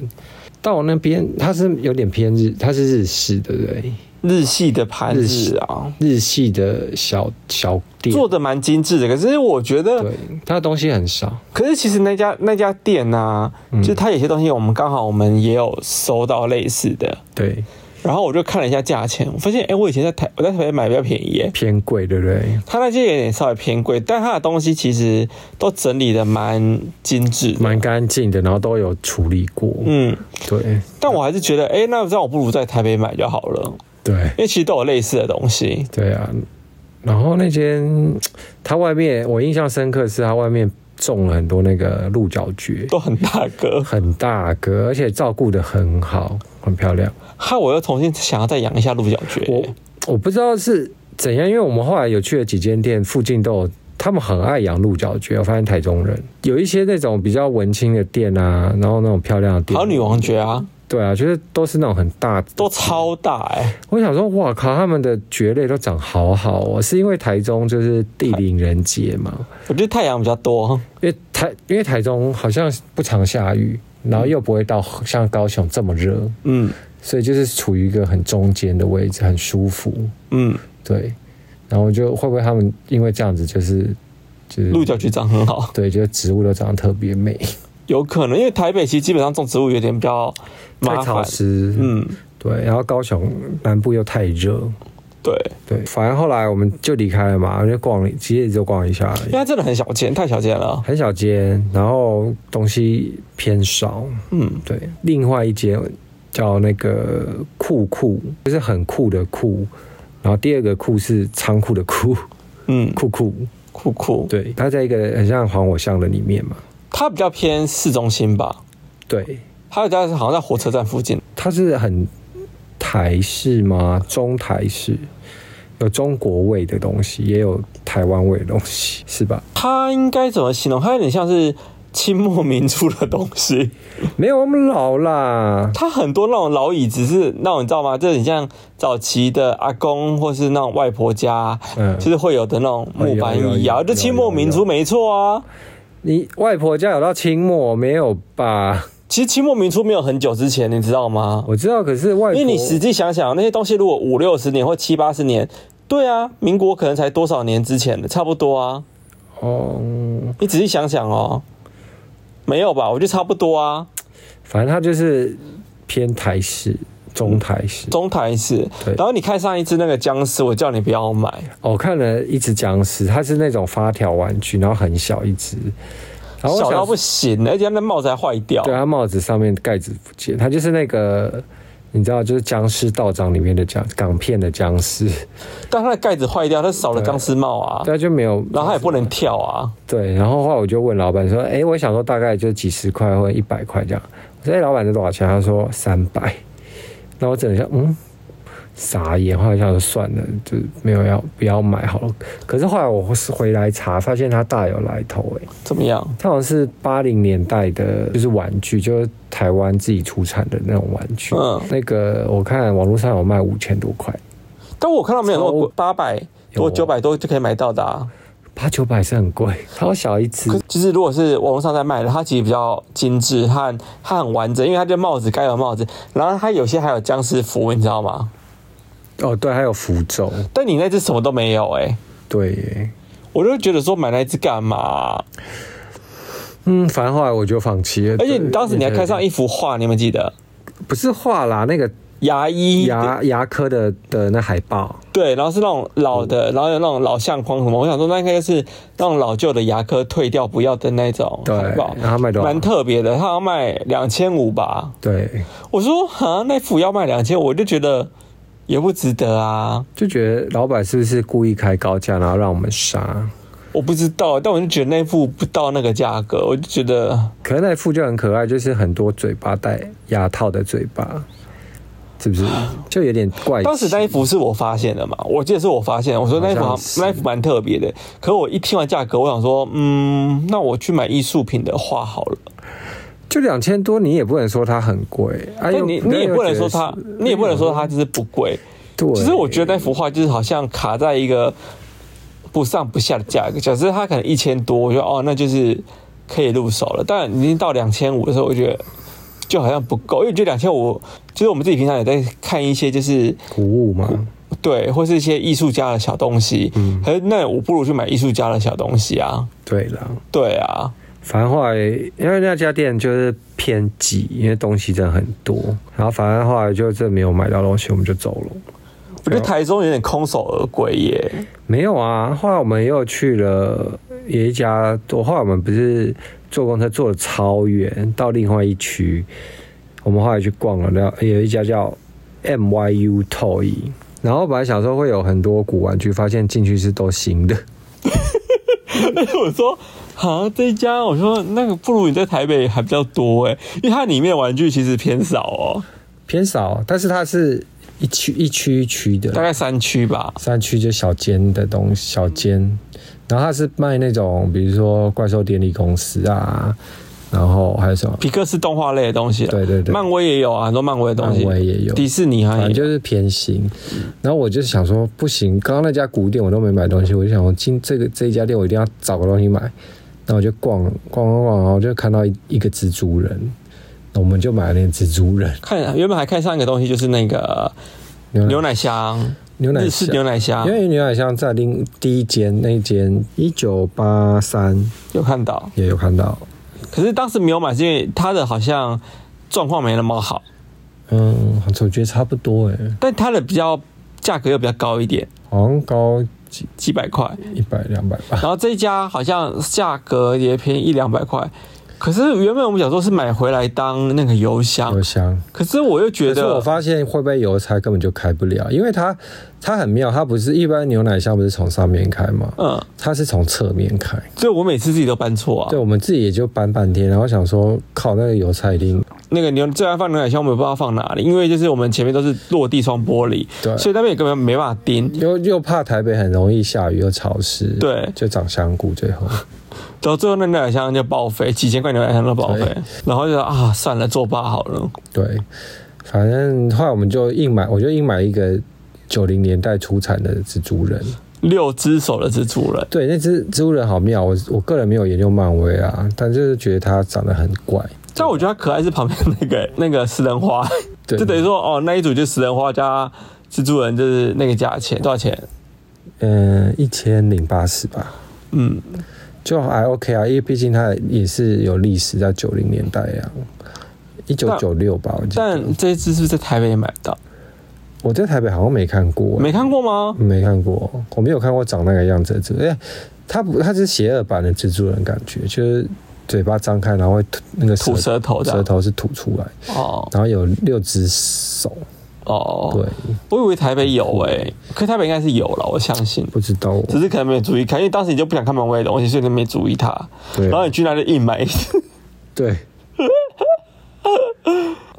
Speaker 3: 到那边它是有点偏日，它是日式的对。
Speaker 1: 日系的盘
Speaker 3: 日系
Speaker 1: 子啊，
Speaker 3: 日系的小小店，
Speaker 1: 做的蛮精致的。可是我觉得
Speaker 3: 对，它的东西很少。
Speaker 1: 可是其实那家那家店呢、
Speaker 3: 嗯
Speaker 1: 啊，就是它有些东西我们刚好我们也有收到类似的，
Speaker 3: 对，
Speaker 1: 然后我就看了一下价钱，我发现哎、诶我以前在台我在台北买比较便宜耶，
Speaker 3: 偏贵，对不对？
Speaker 1: 它那些有点稍微偏贵，但它的东西其实都整理的蛮精致的，
Speaker 3: 蛮干净的，然后都有处理过。
Speaker 1: 嗯，
Speaker 3: 对
Speaker 1: 但我还是觉得哎、诶那这样我不如在台北买就好了，
Speaker 3: 对
Speaker 1: 因为其实都有类似的东西，
Speaker 3: 对啊。然后那间，它外面我印象深刻是它外面种了很多那个鹿角蕨，
Speaker 1: 都很大个，
Speaker 3: 很大个，而且照顾的很好，很漂亮。
Speaker 1: 害我又重新想要再养一下鹿角蕨，
Speaker 3: 我我不知道是怎样，因为我们后来有去了几间店，附近都有，他们很爱养鹿角蕨。我发现台中人有一些那种比较文青的店啊，然后那种漂亮的店，
Speaker 1: 还有女王蕨啊，
Speaker 3: 对啊，就是都是那种很大的。
Speaker 1: 都超大哎、诶
Speaker 3: 我想说，哇靠，他们的蕨类都长好好哦，是因为台中就是地灵人杰嘛，
Speaker 1: 我觉得太阳比较多，
Speaker 3: 因为台因为台中好像不常下雨，然后又不会到像高雄这么热，
Speaker 1: 嗯
Speaker 3: 所以就是处于一个很中间的位置，很舒服。
Speaker 1: 嗯。
Speaker 3: 对，然后就会不会他们因为这样子就是就是
Speaker 1: 鹿角蕨长很好，
Speaker 3: 对，就是植物都长得特别美，
Speaker 1: 有可能因为台北其实基本上种植物有点比较麻
Speaker 3: 太潮
Speaker 1: 烦，
Speaker 3: 湿，嗯，
Speaker 1: 嗯，
Speaker 3: 对，然后高雄南部又太热，
Speaker 1: 对，
Speaker 3: 对，反正后来我们就离开了嘛，就逛了，其实也就逛一下而
Speaker 1: 因为
Speaker 3: 已，
Speaker 1: 它真的很小间，太小间了，
Speaker 3: 很小间，然后东西偏少，
Speaker 1: 嗯，
Speaker 3: 对，另外一间叫那个酷酷，就是很酷的酷，然后第二个库是仓库的库，
Speaker 1: 嗯，
Speaker 3: 库库，
Speaker 1: 酷酷，
Speaker 3: 对，它在一个很像还我巷的里面嘛，
Speaker 1: 它比较偏市中心吧，
Speaker 3: 对，
Speaker 1: 它有家好像在火车站附近，
Speaker 3: 它是很台式吗？中台式，有中国味的东西，也有台湾味的东西，是吧？
Speaker 1: 它应该怎么形容？它有点像是清末民初的东西，
Speaker 3: 没有，我们老啦，
Speaker 1: 它很多那种老椅子是那种你知道吗？就是很像早期的阿公或是那种外婆家，
Speaker 3: 嗯哦
Speaker 1: 就是会有的那种木板椅
Speaker 3: 有有有
Speaker 1: 啊，
Speaker 3: 有
Speaker 1: 就清末民
Speaker 3: 有
Speaker 1: 初没错啊。
Speaker 3: 你外婆家有到清末没有吧？
Speaker 1: 其实清末民初没有很久之前，你知道吗？
Speaker 3: 我知道，可是外婆，
Speaker 1: 因为你实际想想，那些东西如果五六十年或七八十年，对啊，民国可能才多少年之前的，差不多啊。
Speaker 3: 哦，嗯
Speaker 1: 你仔细想想哦，没有吧？我觉得差不多啊。
Speaker 3: 反正它就是偏台式、中台式。
Speaker 1: 中台式
Speaker 3: 对，
Speaker 1: 然后你看上一次那个僵尸，我叫你不要买，
Speaker 3: 哦，我看了一只僵尸，它是那种发条玩具，然后很小一只，然后我
Speaker 1: 小到
Speaker 3: 想
Speaker 1: 不行，而且它的帽子还坏掉
Speaker 3: 对，。它帽子上面盖子不见，它就是那个你知道，就是僵尸道长里面的僵港片的僵尸，
Speaker 1: 但它的盖子坏掉，它少了钢丝帽啊，
Speaker 3: 它就没有，
Speaker 1: 然后它也不能跳啊。
Speaker 3: 对，然后后来我就问老板说，哎，我想说大概就几十块或一百块这样，我说哎，老板这多少钱？他说三百，那我整了一下，嗯。傻眼，后来想说算了，就没有要不要买好了。可是后来我是回来查，发现它大有来头哎、
Speaker 1: 怎么样？
Speaker 3: 它好像是八零年代的，就是玩具，就是台湾自己出产的那种玩具。
Speaker 1: 嗯
Speaker 3: 那个我看网络上有卖五千多块，
Speaker 1: 但我看到没有那么贵，八百多、
Speaker 3: 有
Speaker 1: 九
Speaker 3: 啊
Speaker 1: 百多就可以买到的啊。
Speaker 3: 八九百是很贵，超小一只
Speaker 1: 可。是就是如果是网络上在卖的，它其实比较精致和它很完整，因为它就帽子该有帽子，然后它有些还有僵尸服，你知道吗？
Speaker 3: 哦，对，还有符咒，
Speaker 1: 但你那只什么都没有哎、
Speaker 3: 对耶。
Speaker 1: 我就觉得说买那只干嘛、
Speaker 3: 嗯，反正后来我就放弃了。
Speaker 1: 而且你当时你还看上
Speaker 3: 一
Speaker 1: 一幅画，你有没有记得？
Speaker 3: 不是画啦，那个
Speaker 1: 牙医
Speaker 3: 牙牙科的的那海报，
Speaker 1: 对，然后是那种老
Speaker 3: 嗯
Speaker 1: 的，然后有那种老相框什么，我想说那应该就是那种老旧的牙科退掉不要的那种
Speaker 3: 对
Speaker 1: 海报，
Speaker 3: 然后卖多少
Speaker 1: 蛮特别的，他要卖两千五吧？
Speaker 3: 对，
Speaker 1: 我说啊，那幅要卖两千，我就觉得也不值得啊，
Speaker 3: 就觉得老板是不是故意开高价，然后让我们杀？
Speaker 1: 我不知道，但我就觉得那幅不到那个价格，我就觉得
Speaker 3: 可是那副就很可爱，就是很多嘴巴戴牙套的嘴巴，是不是？就有点怪。
Speaker 1: 啊当时那一幅是我发现的嘛，我记得是我发现的，我说那一幅
Speaker 3: 好
Speaker 1: 好
Speaker 3: 像是
Speaker 1: 那一幅蛮特别的，可我一听完价格，我想说，嗯，那我去买艺术品的画好了。
Speaker 3: 就两千多，你也不能说它很贵。哎
Speaker 1: 但你你也不能说它，你也不能说它，
Speaker 3: 又觉得是
Speaker 1: 就是不贵。
Speaker 3: 对，
Speaker 1: 其实我觉得那幅画就是好像卡在一个不上不下的价格。假设它可能一千多，我觉得哦，那就是可以入手了。但已经到两千五的时候，我觉得就好像不够，因为我觉得两千五，就是我们自己平常也在看一些就是
Speaker 3: 古物嘛，
Speaker 1: 对，或是一些艺术家的小东西。啊
Speaker 3: 嗯
Speaker 1: 可是那我不如去买艺术家的小东西啊。
Speaker 3: 对啦。
Speaker 1: 对啊，
Speaker 3: 反正后来，因为那家店就是偏挤，因为东西真的很多。然后反正后来就这没有买到东西，我们就走了。
Speaker 1: 我觉得台中有点空手而归耶。
Speaker 3: 没有啊，后来我们又去了有一家，我后来我们不是坐公车坐的超远，到另外一区，我们后来去逛了，然后有一家叫 MYU Toy，然后本来想说会有很多古玩具，发现进去是都新的，
Speaker 1: 我说啊，这一家我说那个不如你在台北还比较多哎，因为它里面玩具其实偏少哦，
Speaker 3: 偏少，但是它是一区一区一区
Speaker 1: 大
Speaker 3: 的，
Speaker 1: 概三区吧。
Speaker 3: 山区就小间的东西，小间，然后它是卖那种比如说怪兽电力公司啊，然后还有什么，
Speaker 1: 皮克斯动画类的东西啦，
Speaker 3: 对对对
Speaker 1: 漫威也有啊，很多漫威的东西，
Speaker 3: 漫威也有
Speaker 1: 迪士尼好
Speaker 3: 反
Speaker 1: 像也
Speaker 3: 正就
Speaker 1: 有。
Speaker 3: 是偏心。然后我就想说，不行，刚刚那家古店我都没买东西，我就想说，今这个这一家店我一定要找个东西买。那我就逛逛逛逛，然后就看到一一个蜘蛛人，那我们就买了那个蜘蛛人
Speaker 1: 看原本还看上一个东西，就是那个
Speaker 3: 牛
Speaker 1: 牛奶箱，
Speaker 3: 嗯牛奶
Speaker 1: 日式牛
Speaker 3: 奶，
Speaker 1: 奶箱
Speaker 3: 因，为牛奶箱在另第一间那一间一九八三
Speaker 1: 有看到。
Speaker 3: 也有看到，
Speaker 1: 可是当时没有买，是因为它的好像状况没那么好，
Speaker 3: 嗯，我觉得差不多诶、
Speaker 1: 但它的比较价格又比较高一点，
Speaker 3: 好像高几
Speaker 1: 几百块。
Speaker 3: 一百两百吧。
Speaker 1: 然后这一家好像价格也便宜一两百块，可是原本我们想说是买回来当那个邮箱
Speaker 3: 邮，箱。
Speaker 1: 可是我又觉
Speaker 3: 可是我
Speaker 1: 得，
Speaker 3: 发现会不会邮差根本就开不了，因为它它很妙，它不是一般牛奶箱不是从上面开吗？
Speaker 1: 嗯，
Speaker 3: 它是从侧面开。
Speaker 1: 就我每次自己都搬错啊
Speaker 3: 对，。我们自己也就搬半天，然后想说，靠，那个邮差一定
Speaker 1: 那个牛最爱放牛奶箱，我们不知道放哪里，因为就是我们前面都是落地窗玻璃，
Speaker 3: 对
Speaker 1: 所以那边也根本没办法钉。
Speaker 3: 又又怕台北很容易下雨又潮湿，
Speaker 1: 对
Speaker 3: 就长香菇最后。
Speaker 1: 然后最后那牛奶箱就报废，几千块牛奶箱都报废
Speaker 3: 对，
Speaker 1: 然后就说啊，算了，作罢好了。
Speaker 3: 对，反正后来我们就硬买，我就硬买一个九零年代出产的蜘蛛人。
Speaker 1: 六只手的蜘蛛人，
Speaker 3: 对，那只蜘蛛人好妙，我我个人没有研究漫威啊，但就是觉得它长得很怪。
Speaker 1: 但我觉得它可爱是旁边那个那个食人花，
Speaker 3: 对，
Speaker 1: 就等于说哦，那一组就食人花加蜘蛛人，就是那个价钱多少钱？
Speaker 3: 嗯，一千零八十吧，
Speaker 1: 嗯，
Speaker 3: 就还 OK 啊，因为毕竟它也是有历史，在九零年代啊，一九九六吧，我记得。
Speaker 1: 但这一只是不是在台北也买得到，
Speaker 3: 我在台北好像没看过、啊
Speaker 1: 没看过吗？
Speaker 3: 没看过，我没有看过长那个样子的蜘蛛。哎，它不，它是邪恶版的蜘蛛人，感觉就是嘴巴张开，然后会吐那个
Speaker 1: 吐舌头的
Speaker 3: 舌头是吐出来，
Speaker 1: 哦
Speaker 3: 然后有六只手。
Speaker 1: 哦，
Speaker 3: 对，，
Speaker 1: 我以为台北有诶、可台北应该是有了，我相信。
Speaker 3: 不知道。
Speaker 1: 只是可能没有注意看，因为当时你就不想看漫威的东西，所以你没注意它。
Speaker 3: 对
Speaker 1: 然后你去那里硬买。
Speaker 3: 对，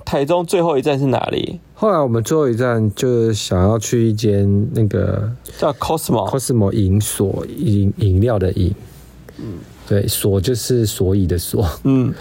Speaker 1: 台中最后一站是哪里？
Speaker 3: 后来我们最后一站就是想要去一间那个
Speaker 1: 叫 Cosmo。
Speaker 3: Cosmo 饮所饮饮料的饮。对，所就是所以的所，
Speaker 1: 嗯，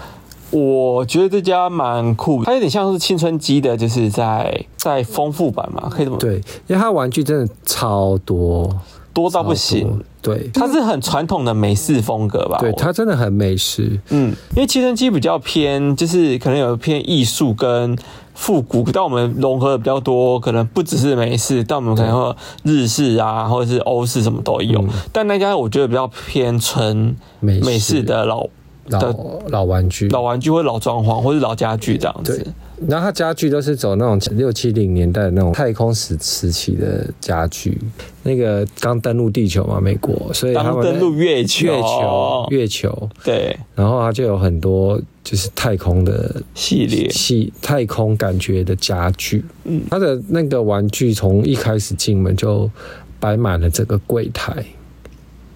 Speaker 1: 我觉得这家蛮酷，它有点像是青春期的，就是在在丰富版嘛，可以这么
Speaker 3: 对，因为它玩具真的超多，
Speaker 1: 多到不
Speaker 3: 超
Speaker 1: 行
Speaker 3: 多。，对，
Speaker 1: 它是很传统的美式风格吧？
Speaker 3: 对，
Speaker 1: 我
Speaker 3: 它真的很美食，
Speaker 1: 嗯，因为青春期比较偏，就是可能有偏艺术跟复古，但我们融合的比较多，可能不只是美式，但我们可能会有日式啊，或者是欧式什么都
Speaker 3: 嗯
Speaker 1: 有。但那家我觉得比较偏纯
Speaker 3: 美式
Speaker 1: 美式的老
Speaker 3: 老
Speaker 1: 的
Speaker 3: 老玩具，
Speaker 1: 老玩具或者老装潢或者老家具这样
Speaker 3: 对
Speaker 1: 子。，
Speaker 3: 然后它家具都是走那种六七零年代的那种太空时时期的家具。那个刚登陆地球嘛，美国，所以他
Speaker 1: 刚
Speaker 3: 们在
Speaker 1: 登陆月球，
Speaker 3: 月球月球，
Speaker 1: 对
Speaker 3: 然后它就有很多就是太空的
Speaker 1: 系列，
Speaker 3: 系太空感觉的家具。嗯，它的那个玩具从一开始进门就摆满了整个柜台，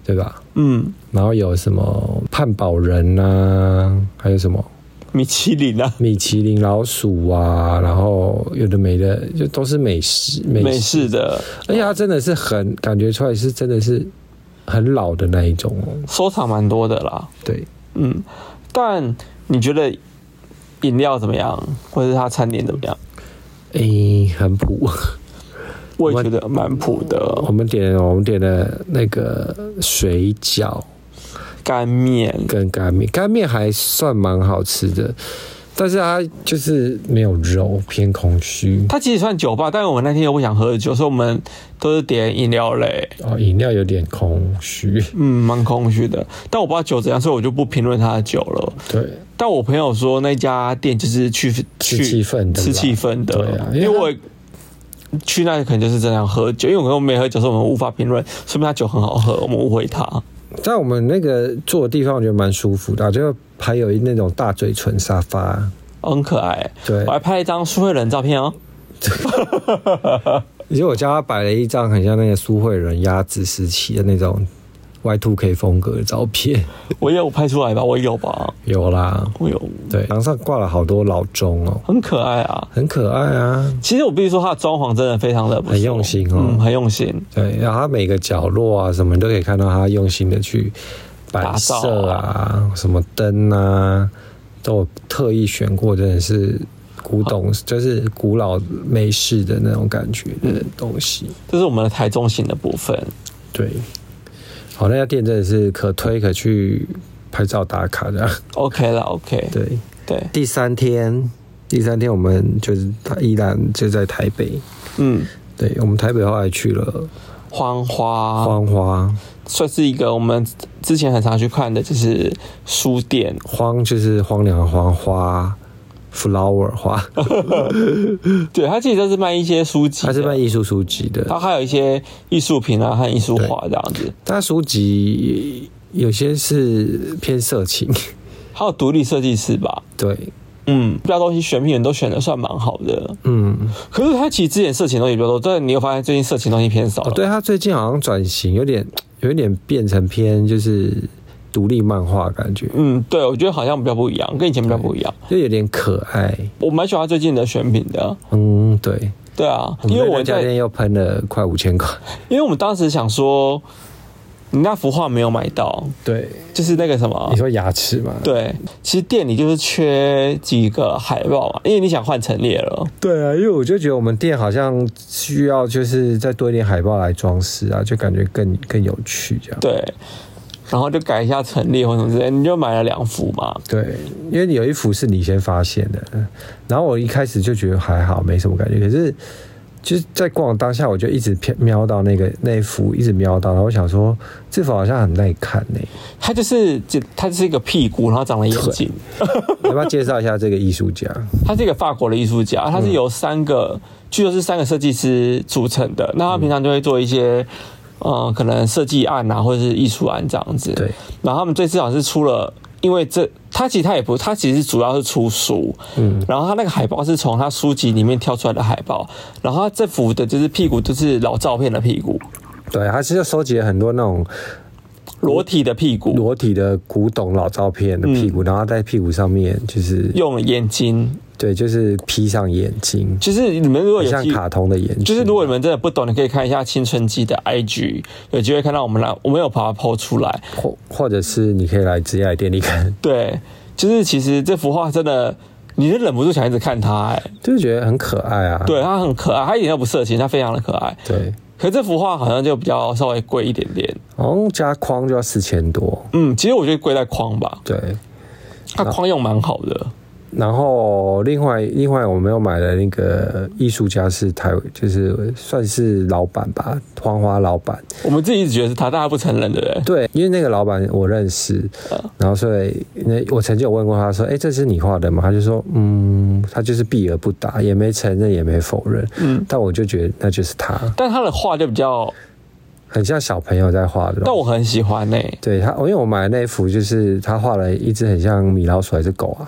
Speaker 3: 对吧？
Speaker 1: 嗯，
Speaker 3: 然后有什么汉堡人啊，还有什么
Speaker 1: 米其林啊，
Speaker 3: 米其林老鼠啊，然后有的没的，就都是美食美食，
Speaker 1: 美式的
Speaker 3: 而且它真的是很感觉出来是真的是很老的那一种哦。
Speaker 1: 收藏蛮多的啦。
Speaker 3: 对，
Speaker 1: 嗯，但你觉得饮料怎么样，或者是它餐点怎么样？
Speaker 3: 诶、哎很普。
Speaker 1: 我也觉得蛮普
Speaker 3: 我
Speaker 1: 的，
Speaker 3: 们点我们点的那个水饺
Speaker 1: 干面
Speaker 3: 跟干面，干面还算蛮好吃的，但是它就是没有肉，偏空虚。
Speaker 1: 它其实算酒吧，但我们那天又不想喝酒，所以我们都是点饮料类，
Speaker 3: 哦，饮料有点空虚。
Speaker 1: 嗯，蛮空虚的。但我不知道酒怎样，所以我就不评论它的酒了。
Speaker 3: 对，
Speaker 1: 但我朋友说那家店就是去去
Speaker 3: 气氛的啦
Speaker 1: 吃气氛的，
Speaker 3: 对啊
Speaker 1: 因为
Speaker 3: 因为
Speaker 1: 我去那里可能就是真的要喝酒，因为我跟我没喝酒，所以我们无法评论，说明他酒很好喝，我们误会他。
Speaker 3: 在我们那个坐的地方，我觉得蛮舒服的啊、就还有那种大嘴唇沙发。
Speaker 1: 哦很可爱，
Speaker 3: 对
Speaker 1: 我还拍了一张苏慧伦照片哦。
Speaker 3: 而且我家摆了一张很像那个苏慧伦鸭子时期的那种 Y two K 风格的照片，
Speaker 1: 我也有拍出来吧，我有吧，
Speaker 3: 有啦。
Speaker 1: 我有，
Speaker 3: 对，墙上挂了好多老钟哦，
Speaker 1: 很可爱啊。
Speaker 3: 很可爱啊。
Speaker 1: 其实我必须说，它的装潢真的非常的不错
Speaker 3: 很用心哦
Speaker 1: 嗯，很用心。
Speaker 3: 对，然后它每个角落啊，什么你都可以看到它用心的去摆设啊，什么灯啊，都有特意选过，真的是古董，就是古老美式的那种感觉的东西。
Speaker 1: 这是我们的台中型的部分，
Speaker 3: 对，好，那家店真的是可推可去拍照打卡的。啊
Speaker 1: OK 了，OK
Speaker 3: 对，
Speaker 1: 对，
Speaker 3: 第三天，第三天我们就是依然就在台北。
Speaker 1: 嗯，
Speaker 3: 对我们台北后来去了
Speaker 1: 荒花
Speaker 3: 荒花，
Speaker 1: 算是一个我们之前很常去看的，就是书店，
Speaker 3: 荒就是荒凉的荒花，flower 花，
Speaker 1: 对，它其实哦就是卖一些书籍的，
Speaker 3: 它是卖艺术书籍的
Speaker 1: 它。还有一些艺术品啊和艺术画这样子，
Speaker 3: 它书籍有些是偏色情，
Speaker 1: 还有独立设计师吧。
Speaker 3: 对，
Speaker 1: 嗯，这家东西选品人都选的算蛮好的，
Speaker 3: 嗯，
Speaker 1: 可是他其实之前色情的东西比较多，但你有发现最近色情的东西偏少了？
Speaker 3: 哦，对他最近好像转型，有点有点变成偏就是独立漫画的感觉，
Speaker 1: 嗯，对，我觉得好像比较不一样，跟以前比较不一样。
Speaker 3: 就有点可爱。
Speaker 1: 我蛮喜欢他最近的选品的，
Speaker 3: 嗯，对，
Speaker 1: 对啊，
Speaker 3: 们
Speaker 1: 因为我
Speaker 3: 那家
Speaker 1: 在，
Speaker 3: 店又喷了快五千块。
Speaker 1: 因为我们当时想说，你那幅画没有买到，
Speaker 3: 对，
Speaker 1: 就是那个什么
Speaker 3: 你，说牙齿嘛？
Speaker 1: 对，其实店里就是缺几个海报嘛，因为你想换陈列了，
Speaker 3: 对啊，因为我就觉得我们店好像需要就是再多一点海报来装饰啊，就感觉更更有趣这样。
Speaker 1: 对，然后就改一下陈列或什么之类，你就买了两幅嘛，
Speaker 3: 对，因为有一幅是你先发现的，然后我一开始就觉得还好，没什么感觉。可是就是在逛的当下，我就一直偏瞄到那个那一幅，一直瞄到，然后我想说这幅好像很耐看欸呢、
Speaker 1: 它就是就它就是一个屁股，然后长了眼睛，
Speaker 3: 要不要介绍一下这个艺术家？
Speaker 1: 他是一个法国的艺术
Speaker 3: 嗯
Speaker 1: 家，他是由三个，据说是三个设计师组成的。那他平常就会做一些，嗯、可能设计案啊，或者是艺术案这样子。
Speaker 3: 对。
Speaker 1: 然后他们最至少是出了，因为这他其实他也不，他其实主要是出书。嗯。然后他那个海报是从他书籍里面挑出来的海报，然后他这幅的就是屁股，就是老照片的屁股，
Speaker 3: 对，他是就收集了很多那种
Speaker 1: 裸体的屁股，
Speaker 3: 裸体的古董老照片的屁股，然后在屁股上面就是
Speaker 1: 用眼睛，
Speaker 3: 对，就是披上眼睛，
Speaker 1: 就是你们如果
Speaker 3: 很
Speaker 1: 有
Speaker 3: 像
Speaker 1: 机
Speaker 3: 卡通的眼睛。
Speaker 1: 就是如果你们真的不懂，你可以看一下青春期的 IG，有机会看到我们来，我们有把它抛出来。
Speaker 3: 或或者是你可以来直接来店里看，
Speaker 1: 对，就是其实这幅画真的，你是忍不住想一直看它、哎，
Speaker 3: 就是觉得很可爱啊。
Speaker 1: 对，它很可爱，它一点都不色情，它非常的可爱。
Speaker 3: 对，
Speaker 1: 可这幅画好像就比较稍微贵一点点，
Speaker 3: 好像加框就要四千多。
Speaker 1: 嗯，其实我觉得贵在框吧，
Speaker 3: 对，啊
Speaker 1: 它框用蛮好的，
Speaker 3: 然后另外另外我们又买了那个艺术家是台，就是算是老板吧，黄花老板。
Speaker 1: 我们自己一直觉得是他，但他不承认，对不对？
Speaker 3: 对，因为那个老板我认识，
Speaker 1: 嗯
Speaker 3: 然后所以那我曾经有问过他说：“哎、这是你画的吗？”他就说：“嗯，他就是避而不答，也没承认，也没否认。”嗯，但我就觉得那就是他，
Speaker 1: 但他的画就比较，
Speaker 3: 很像小朋友在画的。
Speaker 1: 但我很喜欢呢、哎
Speaker 3: 对他，因为我买的那幅就是他画了一只很像米老鼠还是 狗啊，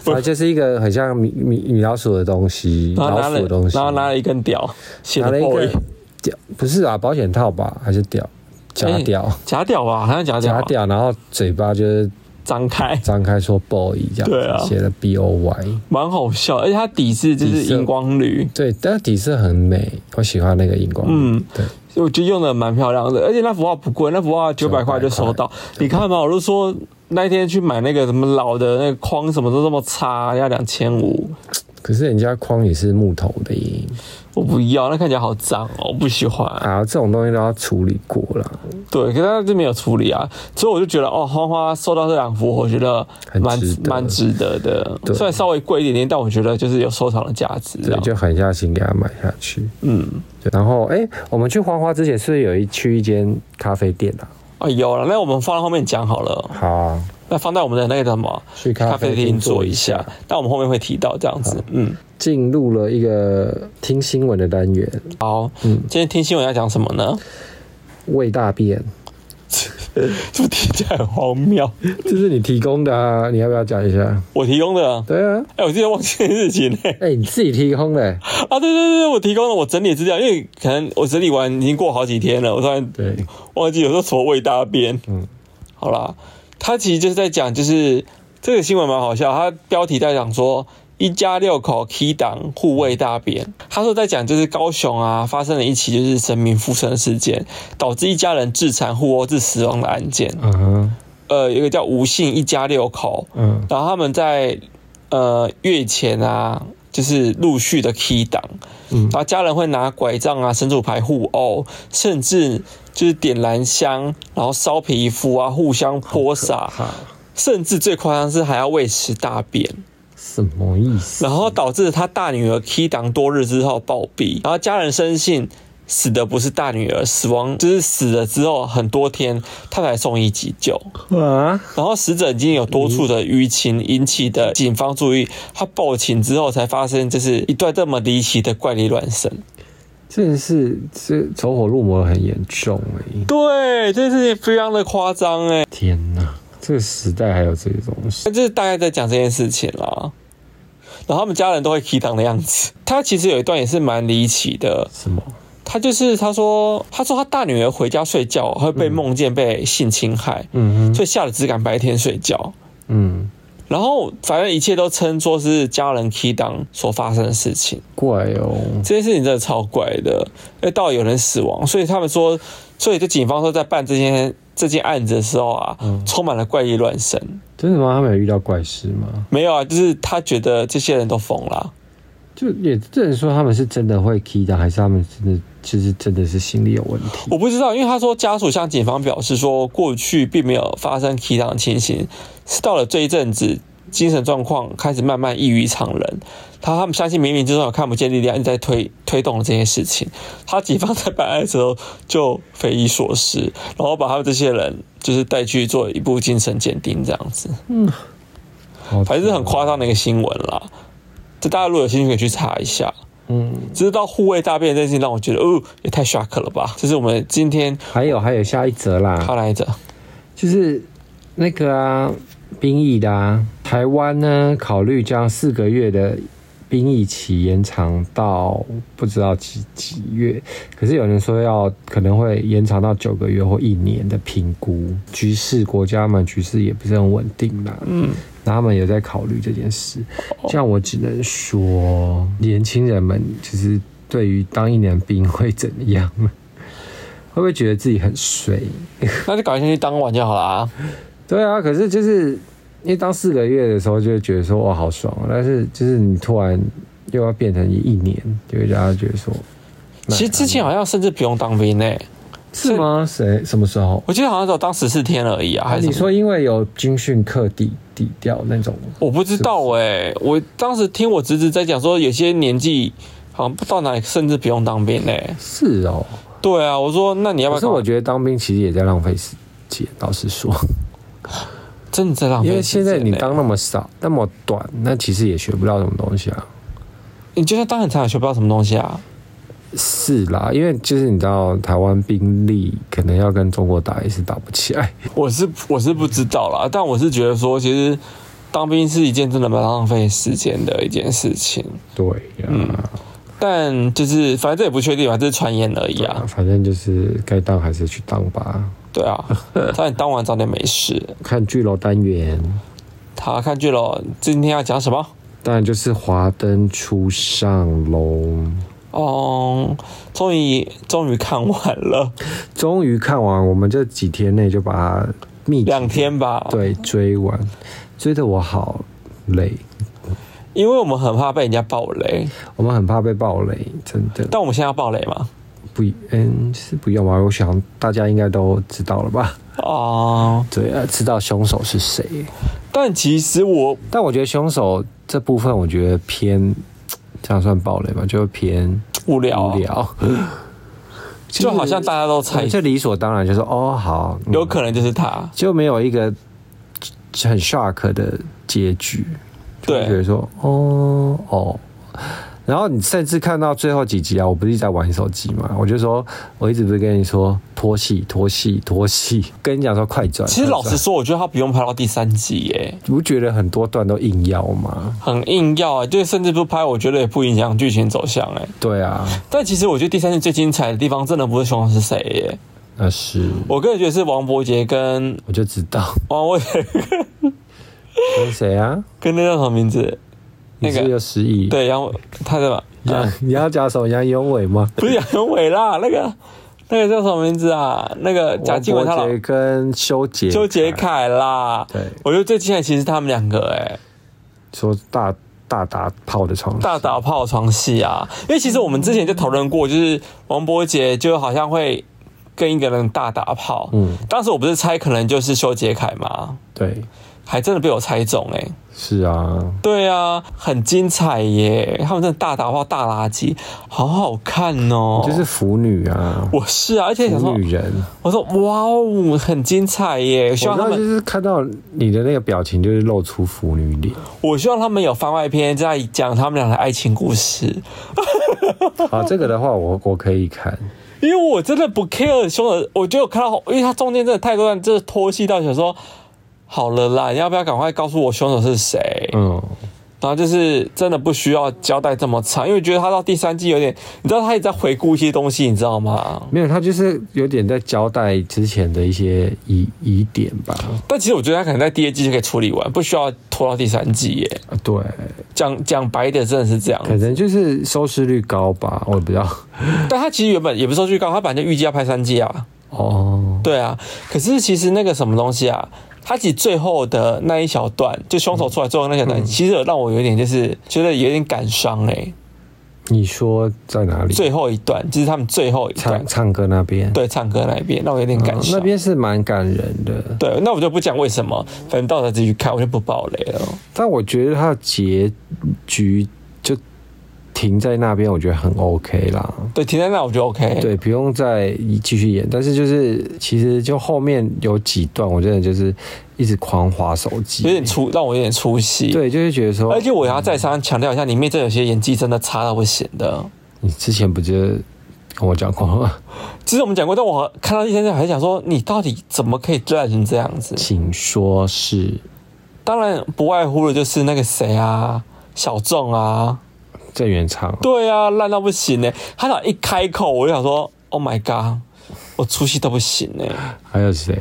Speaker 3: 反正就是一个很像米米米老鼠的东西，
Speaker 1: 然后
Speaker 3: 老
Speaker 1: 拿
Speaker 3: 鼠
Speaker 1: 了
Speaker 3: 的东，西，
Speaker 1: 然后拿了一根屌，写
Speaker 3: 拿
Speaker 1: 的
Speaker 3: 了一
Speaker 1: boy
Speaker 3: 个屌，不是啊，保险套吧，还是屌假
Speaker 1: 哎
Speaker 3: 屌
Speaker 1: 假屌吧，好像假屌
Speaker 3: 假
Speaker 1: 吧，
Speaker 3: 屌，然后嘴巴就是
Speaker 1: 张开，
Speaker 3: 张开说 boy 这样子，
Speaker 1: 对啊
Speaker 3: 写了 b o y，
Speaker 1: 蛮好笑，而且它底色就是
Speaker 3: 底色
Speaker 1: 荧光绿，
Speaker 3: 对，但底色很美，我喜欢那个荧光，
Speaker 1: 嗯，
Speaker 3: 对，
Speaker 1: 我觉得用的蛮漂亮的，而且那幅画不贵，那幅画九百块就收到。你看嘛，我就说那一天去买那个什么老的那个框，什么都这么差，要两千五，
Speaker 3: 可是人家框也是木头的耶，
Speaker 1: 我不要，那看起来好脏哦，我不喜欢。
Speaker 3: 啊，这种东西都要处理过了，
Speaker 1: 对，可是他这没有处理啊，所以我就觉得哦，花花收到这两幅，我觉得
Speaker 3: 很
Speaker 1: 蛮
Speaker 3: 值得
Speaker 1: 蛮值得的，
Speaker 3: 对
Speaker 1: 虽然稍微贵一点点，但我觉得就是有收藏的价值这
Speaker 3: 对，
Speaker 1: 样。
Speaker 3: 就狠下心给他买下去。
Speaker 1: 嗯，
Speaker 3: 对然后，哎、我们去花花之前是不是有一去一间咖啡店啊？
Speaker 1: 啊有了，那我们放到后面讲好了。
Speaker 3: 好啊，
Speaker 1: 那放在我们的那个叫什么
Speaker 3: 去咖啡
Speaker 1: 厅
Speaker 3: 厅
Speaker 1: 坐
Speaker 3: 坐
Speaker 1: 一
Speaker 3: 一
Speaker 1: 下
Speaker 3: 下，
Speaker 1: 但我们后面会提到这样子。嗯，
Speaker 3: 进入了一个听新闻的单元，
Speaker 1: 好，今天听新闻要讲什么 呢？
Speaker 3: 胃大便，
Speaker 1: 是不是听起来很荒谬？
Speaker 3: 这是你提供的啊，你要不要讲一下？
Speaker 1: 我提供的，
Speaker 3: 对啊，
Speaker 1: 哎、我记得忘记日期呢。
Speaker 3: 哎、你自己提供的、
Speaker 1: 啊，对对对对，我提供了，我整理资料，因为可能我整理完已经过好几天了，我突然
Speaker 3: 对，
Speaker 1: 忘记有时候什么胃大便。嗯
Speaker 3: 嗯，
Speaker 1: 好啦，他其实就是在讲，就是这个新闻蛮好笑，他标题在讲说。一家六口 K 档护卫大便，他说在讲就是高雄啊发生了一起就是神明附身的事件，导致一家人自残互殴致死亡的案件。
Speaker 3: 嗯哼，
Speaker 1: 呃，有一个叫吴姓一家六口，
Speaker 3: 嗯，
Speaker 1: 然后他们在呃月前啊，就是陆续的 key 档，然后家人会拿拐杖啊、神主牌互殴，甚至就是点燃香，然后烧皮肤啊，互相泼洒，
Speaker 3: 好，
Speaker 1: 甚至最夸张是还要喂食大便。
Speaker 3: 什么意思？
Speaker 1: 然后导致他大女儿 K 档多日之后暴毙，然后家人深信死的不是大女儿，死亡就是死了之后很多天，他才送医急救。
Speaker 3: 啊，
Speaker 1: 然后死者已经有多处的淤青引起的警方注意，他报警之后才发生，就是一段这么离奇的怪力乱神。
Speaker 3: 真的是这走火入魔很严重哎、
Speaker 1: 对，这件事情非常的夸张哎、
Speaker 3: 天哪，这个时代还有这个东西，
Speaker 1: 那就是大概在讲这件事情啦。然后他们家人都会 key 档的样子。他其实有一段也是蛮离奇的，
Speaker 3: 什么？
Speaker 1: 他就是他说，他说他大女儿回家睡觉会被梦见被性侵害，
Speaker 3: 嗯哼，
Speaker 1: 所以吓得只敢白天睡觉。
Speaker 3: 嗯，
Speaker 1: 然后反正一切都称作是家人 key 档所发生的事情。
Speaker 3: 怪哦，
Speaker 1: 这件事情真的超怪的，因为到有人死亡，所以他们说，所以就警方说在办这件这件案子的时候啊，充满了怪异乱神。
Speaker 3: 真的吗？他们有遇到怪事吗？
Speaker 1: 没有啊，就是他觉得这些人都疯了。
Speaker 3: 就也这人说他们是真的会 key 的，还是他们真的就是真的是心理有问题？
Speaker 1: 我不知道，因为他说家属向警方表示说，过去并没有发生提档的情形，是到了这一阵子，精神状况开始慢慢异于常人。他他们相信冥冥之中有看不见力量一直在推 推动这些事情。他警方在办案的时候就匪夷所思，然后把他们这些人就是带去做一部精神鉴定，这样子，
Speaker 3: 好
Speaker 1: 反哦正是很夸张的一个新闻啦。这大家如果有兴趣可以去查一下。
Speaker 3: 嗯，
Speaker 1: 只是到护卫大便这件事情让我觉得，哦，也太 shock 了吧！这是我们今天
Speaker 3: 还有还有下一则啦
Speaker 1: 他，来着。
Speaker 3: 就是那个啊，兵役的啊，台湾呢考虑将四个月的兵役期延长到不知道几几月，可是有人说要可能会延长到九个月或一年的评估，局势国家们局势也不是很稳定啦，嗯。然后他们也在考虑这件事，这样我只能说，年轻人们就是对于当一年兵会怎样，会不会觉得自己很衰？
Speaker 1: 那就赶快先去当晚就好了啊！
Speaker 3: 对啊，可是就是因为当四个月的时候，就会觉得说哇好爽哦，但是就是你突然又要变成一年，就会让他觉得说
Speaker 1: 其实之前好像甚至不用当兵呢、
Speaker 3: 是吗？谁什么时候？
Speaker 1: 我记得好像只有当十四天而已啊，还是什
Speaker 3: 你
Speaker 1: 么
Speaker 3: 说因为有军训课抵抵掉那种，
Speaker 1: 我不知道哎、我当时听我侄子在讲说，有些年纪好像不到哪里，甚至不用当兵呢、
Speaker 3: 是哦。
Speaker 1: 对啊，我说那你要不
Speaker 3: 可
Speaker 1: 要
Speaker 3: 是
Speaker 1: 赶快？
Speaker 3: 我觉得当兵其实也在浪费时间，老实说，
Speaker 1: 真的在浪费时间欸、
Speaker 3: 因为现在你当那么少、那么短，那其实也学不到什么东西啊。
Speaker 1: 你就算当很长也学不到什么东西啊。
Speaker 3: 是啦，因为就是你知道台湾兵力可能要跟中国打也是打不起来。
Speaker 1: 我是我是不知道啦，但我是觉得说，其实当兵是一件真的蛮浪费时间的一件事情。
Speaker 3: 对呀、
Speaker 1: 但就是反正这也不确定嘛，这是传言而已啊。
Speaker 3: 反正就是该当还是去当吧。
Speaker 1: 对啊，但你当晚早点没事。
Speaker 3: 看巨楼单元，
Speaker 1: 好，看剧了，今天要讲什么？
Speaker 3: 当然就是华灯初上喽。
Speaker 1: 哦，终于终于看完了，
Speaker 3: 终于看完，我们这几天内就把它密集
Speaker 1: 两天吧。，
Speaker 3: 对追完，追的我好累。
Speaker 1: 因为我们很怕被人家爆雷，
Speaker 3: 我们很怕被暴雷，真的
Speaker 1: 但我们现在要爆雷吗？
Speaker 3: 不，嗯，是不用吧？我想大家应该都知道了吧？
Speaker 1: 哦，
Speaker 3: 对啊，知道凶手是谁。
Speaker 1: 但其实我
Speaker 3: 但我觉得凶手这部分，我觉得偏这样算暴雷吧，就偏
Speaker 1: 无聊啊，
Speaker 3: 无聊，
Speaker 1: 就好像大家都猜，
Speaker 3: 这理所当然就说哦好，嗯
Speaker 1: 有可能就是他。
Speaker 3: 就没有一个很 shock 的结局，就会
Speaker 1: 对
Speaker 3: 觉得说哦哦。然后你甚至看到最后几集啊，我不是一直在玩手机嘛，我就说，我一直不是跟你说拖戏拖戏拖戏，跟你讲说快转。
Speaker 1: 其实老
Speaker 3: 快
Speaker 1: 实
Speaker 3: 转
Speaker 1: 说，我觉得他不用拍到第三集耶，
Speaker 3: 你不觉得很多段都硬要吗？
Speaker 1: 很硬要啊，就甚至不拍，我觉得也不影响剧情走向哎。
Speaker 3: 对啊，
Speaker 1: 但其实我觉得第三集最精彩的地方，真的不是凶手是谁耶，
Speaker 3: 那是
Speaker 1: 我个人觉得是王伯杰跟
Speaker 3: 我就知道
Speaker 1: 王伟杰
Speaker 3: 跟谁啊？
Speaker 1: 跟那叫什么名字？
Speaker 3: 你是
Speaker 1: 那
Speaker 3: 不
Speaker 1: 个
Speaker 3: 是有失忆？
Speaker 1: 对，杨他在哪？
Speaker 3: 杨，你要讲什么？杨永伟吗？
Speaker 1: 不是杨伟啦，那个那个叫什么名字啊？那个贾静雯他老
Speaker 3: 王伯杰跟修杰
Speaker 1: 周杰凯啦。
Speaker 3: 对
Speaker 1: 我觉得最精彩其实是他们两个哎、
Speaker 3: 说大大打炮的床，
Speaker 1: 大打炮床戏啊，因为其实我们之前就讨论过，就是王伯杰就好像会跟一个人大打炮，
Speaker 3: 嗯
Speaker 1: 嗯，当时我不是猜可能就是修杰楷嘛，
Speaker 3: 对，
Speaker 1: 还真的被我猜中哎、
Speaker 3: 是啊，
Speaker 1: 对啊，很精彩耶！他们真的大打炮大垃圾，好好看哦。
Speaker 3: 就是嗯腐女啊，
Speaker 1: 我是啊，而且想说
Speaker 3: 腐，女人。
Speaker 1: 我说哇哦，很精彩耶！希
Speaker 3: 我
Speaker 1: 望他
Speaker 3: 刚就
Speaker 1: 们，
Speaker 3: 是看到你的那个表情，就是露出腐女 脸。
Speaker 1: 我希望他们有番外篇，在讲他们俩的爱情故事，
Speaker 3: 啊，这个的话我我可以看，
Speaker 1: 因为我真的不 care 凶手，我就有看到，因为他中间真的太多段，就是拖戏到想说。好了啦，你要不要赶快告诉我凶手是谁？
Speaker 3: 嗯，
Speaker 1: 然后就是真的不需要交代这么长，因为觉得他到第三季有点，你知道他也在回顾一些东西，你知道吗？
Speaker 3: 没有，他就是有点在交代之前的一些疑疑点吧。
Speaker 1: 但其实我觉得他可能在第二季就可以处理完，不需要拖到第三季耶。
Speaker 3: 啊对，
Speaker 1: 讲讲白的，真的是这样。
Speaker 3: 可能就是收视率高吧，我也不知道。
Speaker 1: 但他其实原本也不是说剧高，他本来就预计要拍三季啊。
Speaker 3: 哦，
Speaker 1: 对啊，可是其实那个什么东西啊，他其实最后的那一小段，就凶手出来最后那
Speaker 3: 嗯
Speaker 1: 小段，其实有让我有点就是觉得有点感伤哎、
Speaker 3: 你说在哪里？
Speaker 1: 最后一段就是他们最后一段
Speaker 3: 唱，唱歌那边，
Speaker 1: 对唱歌那一边，让我有点感
Speaker 3: 嗯，
Speaker 1: 伤。
Speaker 3: 那边是蛮感人的。
Speaker 1: 对，那我就不讲为什么，反正到时候自己去看，我就不爆雷了。
Speaker 3: 但我觉得他的结局就停在那边，我觉得很 OK 啦。
Speaker 1: 对，停在那我就 OK。，
Speaker 3: 对，不用再继续演。但是就是，其实就后面有几段，我真的就是一直狂滑手机，
Speaker 1: 有点出，让我有点出戏。，
Speaker 3: 对，就会觉得说，
Speaker 1: 而且我要再三强调一下，里面真的有些演技真的差到不行的。
Speaker 3: 你之前不就是跟我讲过哦吗？
Speaker 1: 其实我们讲过，但我看到第三季还想说，你到底怎么可以烂成这样子？
Speaker 3: 请哦说是
Speaker 1: 当然不外乎的就是那个谁啊，小众啊，
Speaker 3: 郑元畅，
Speaker 1: 对啊，烂到不行呢、他俩一开口，我就想说，Oh my god，我出戏到不行呢、
Speaker 3: 还有谁？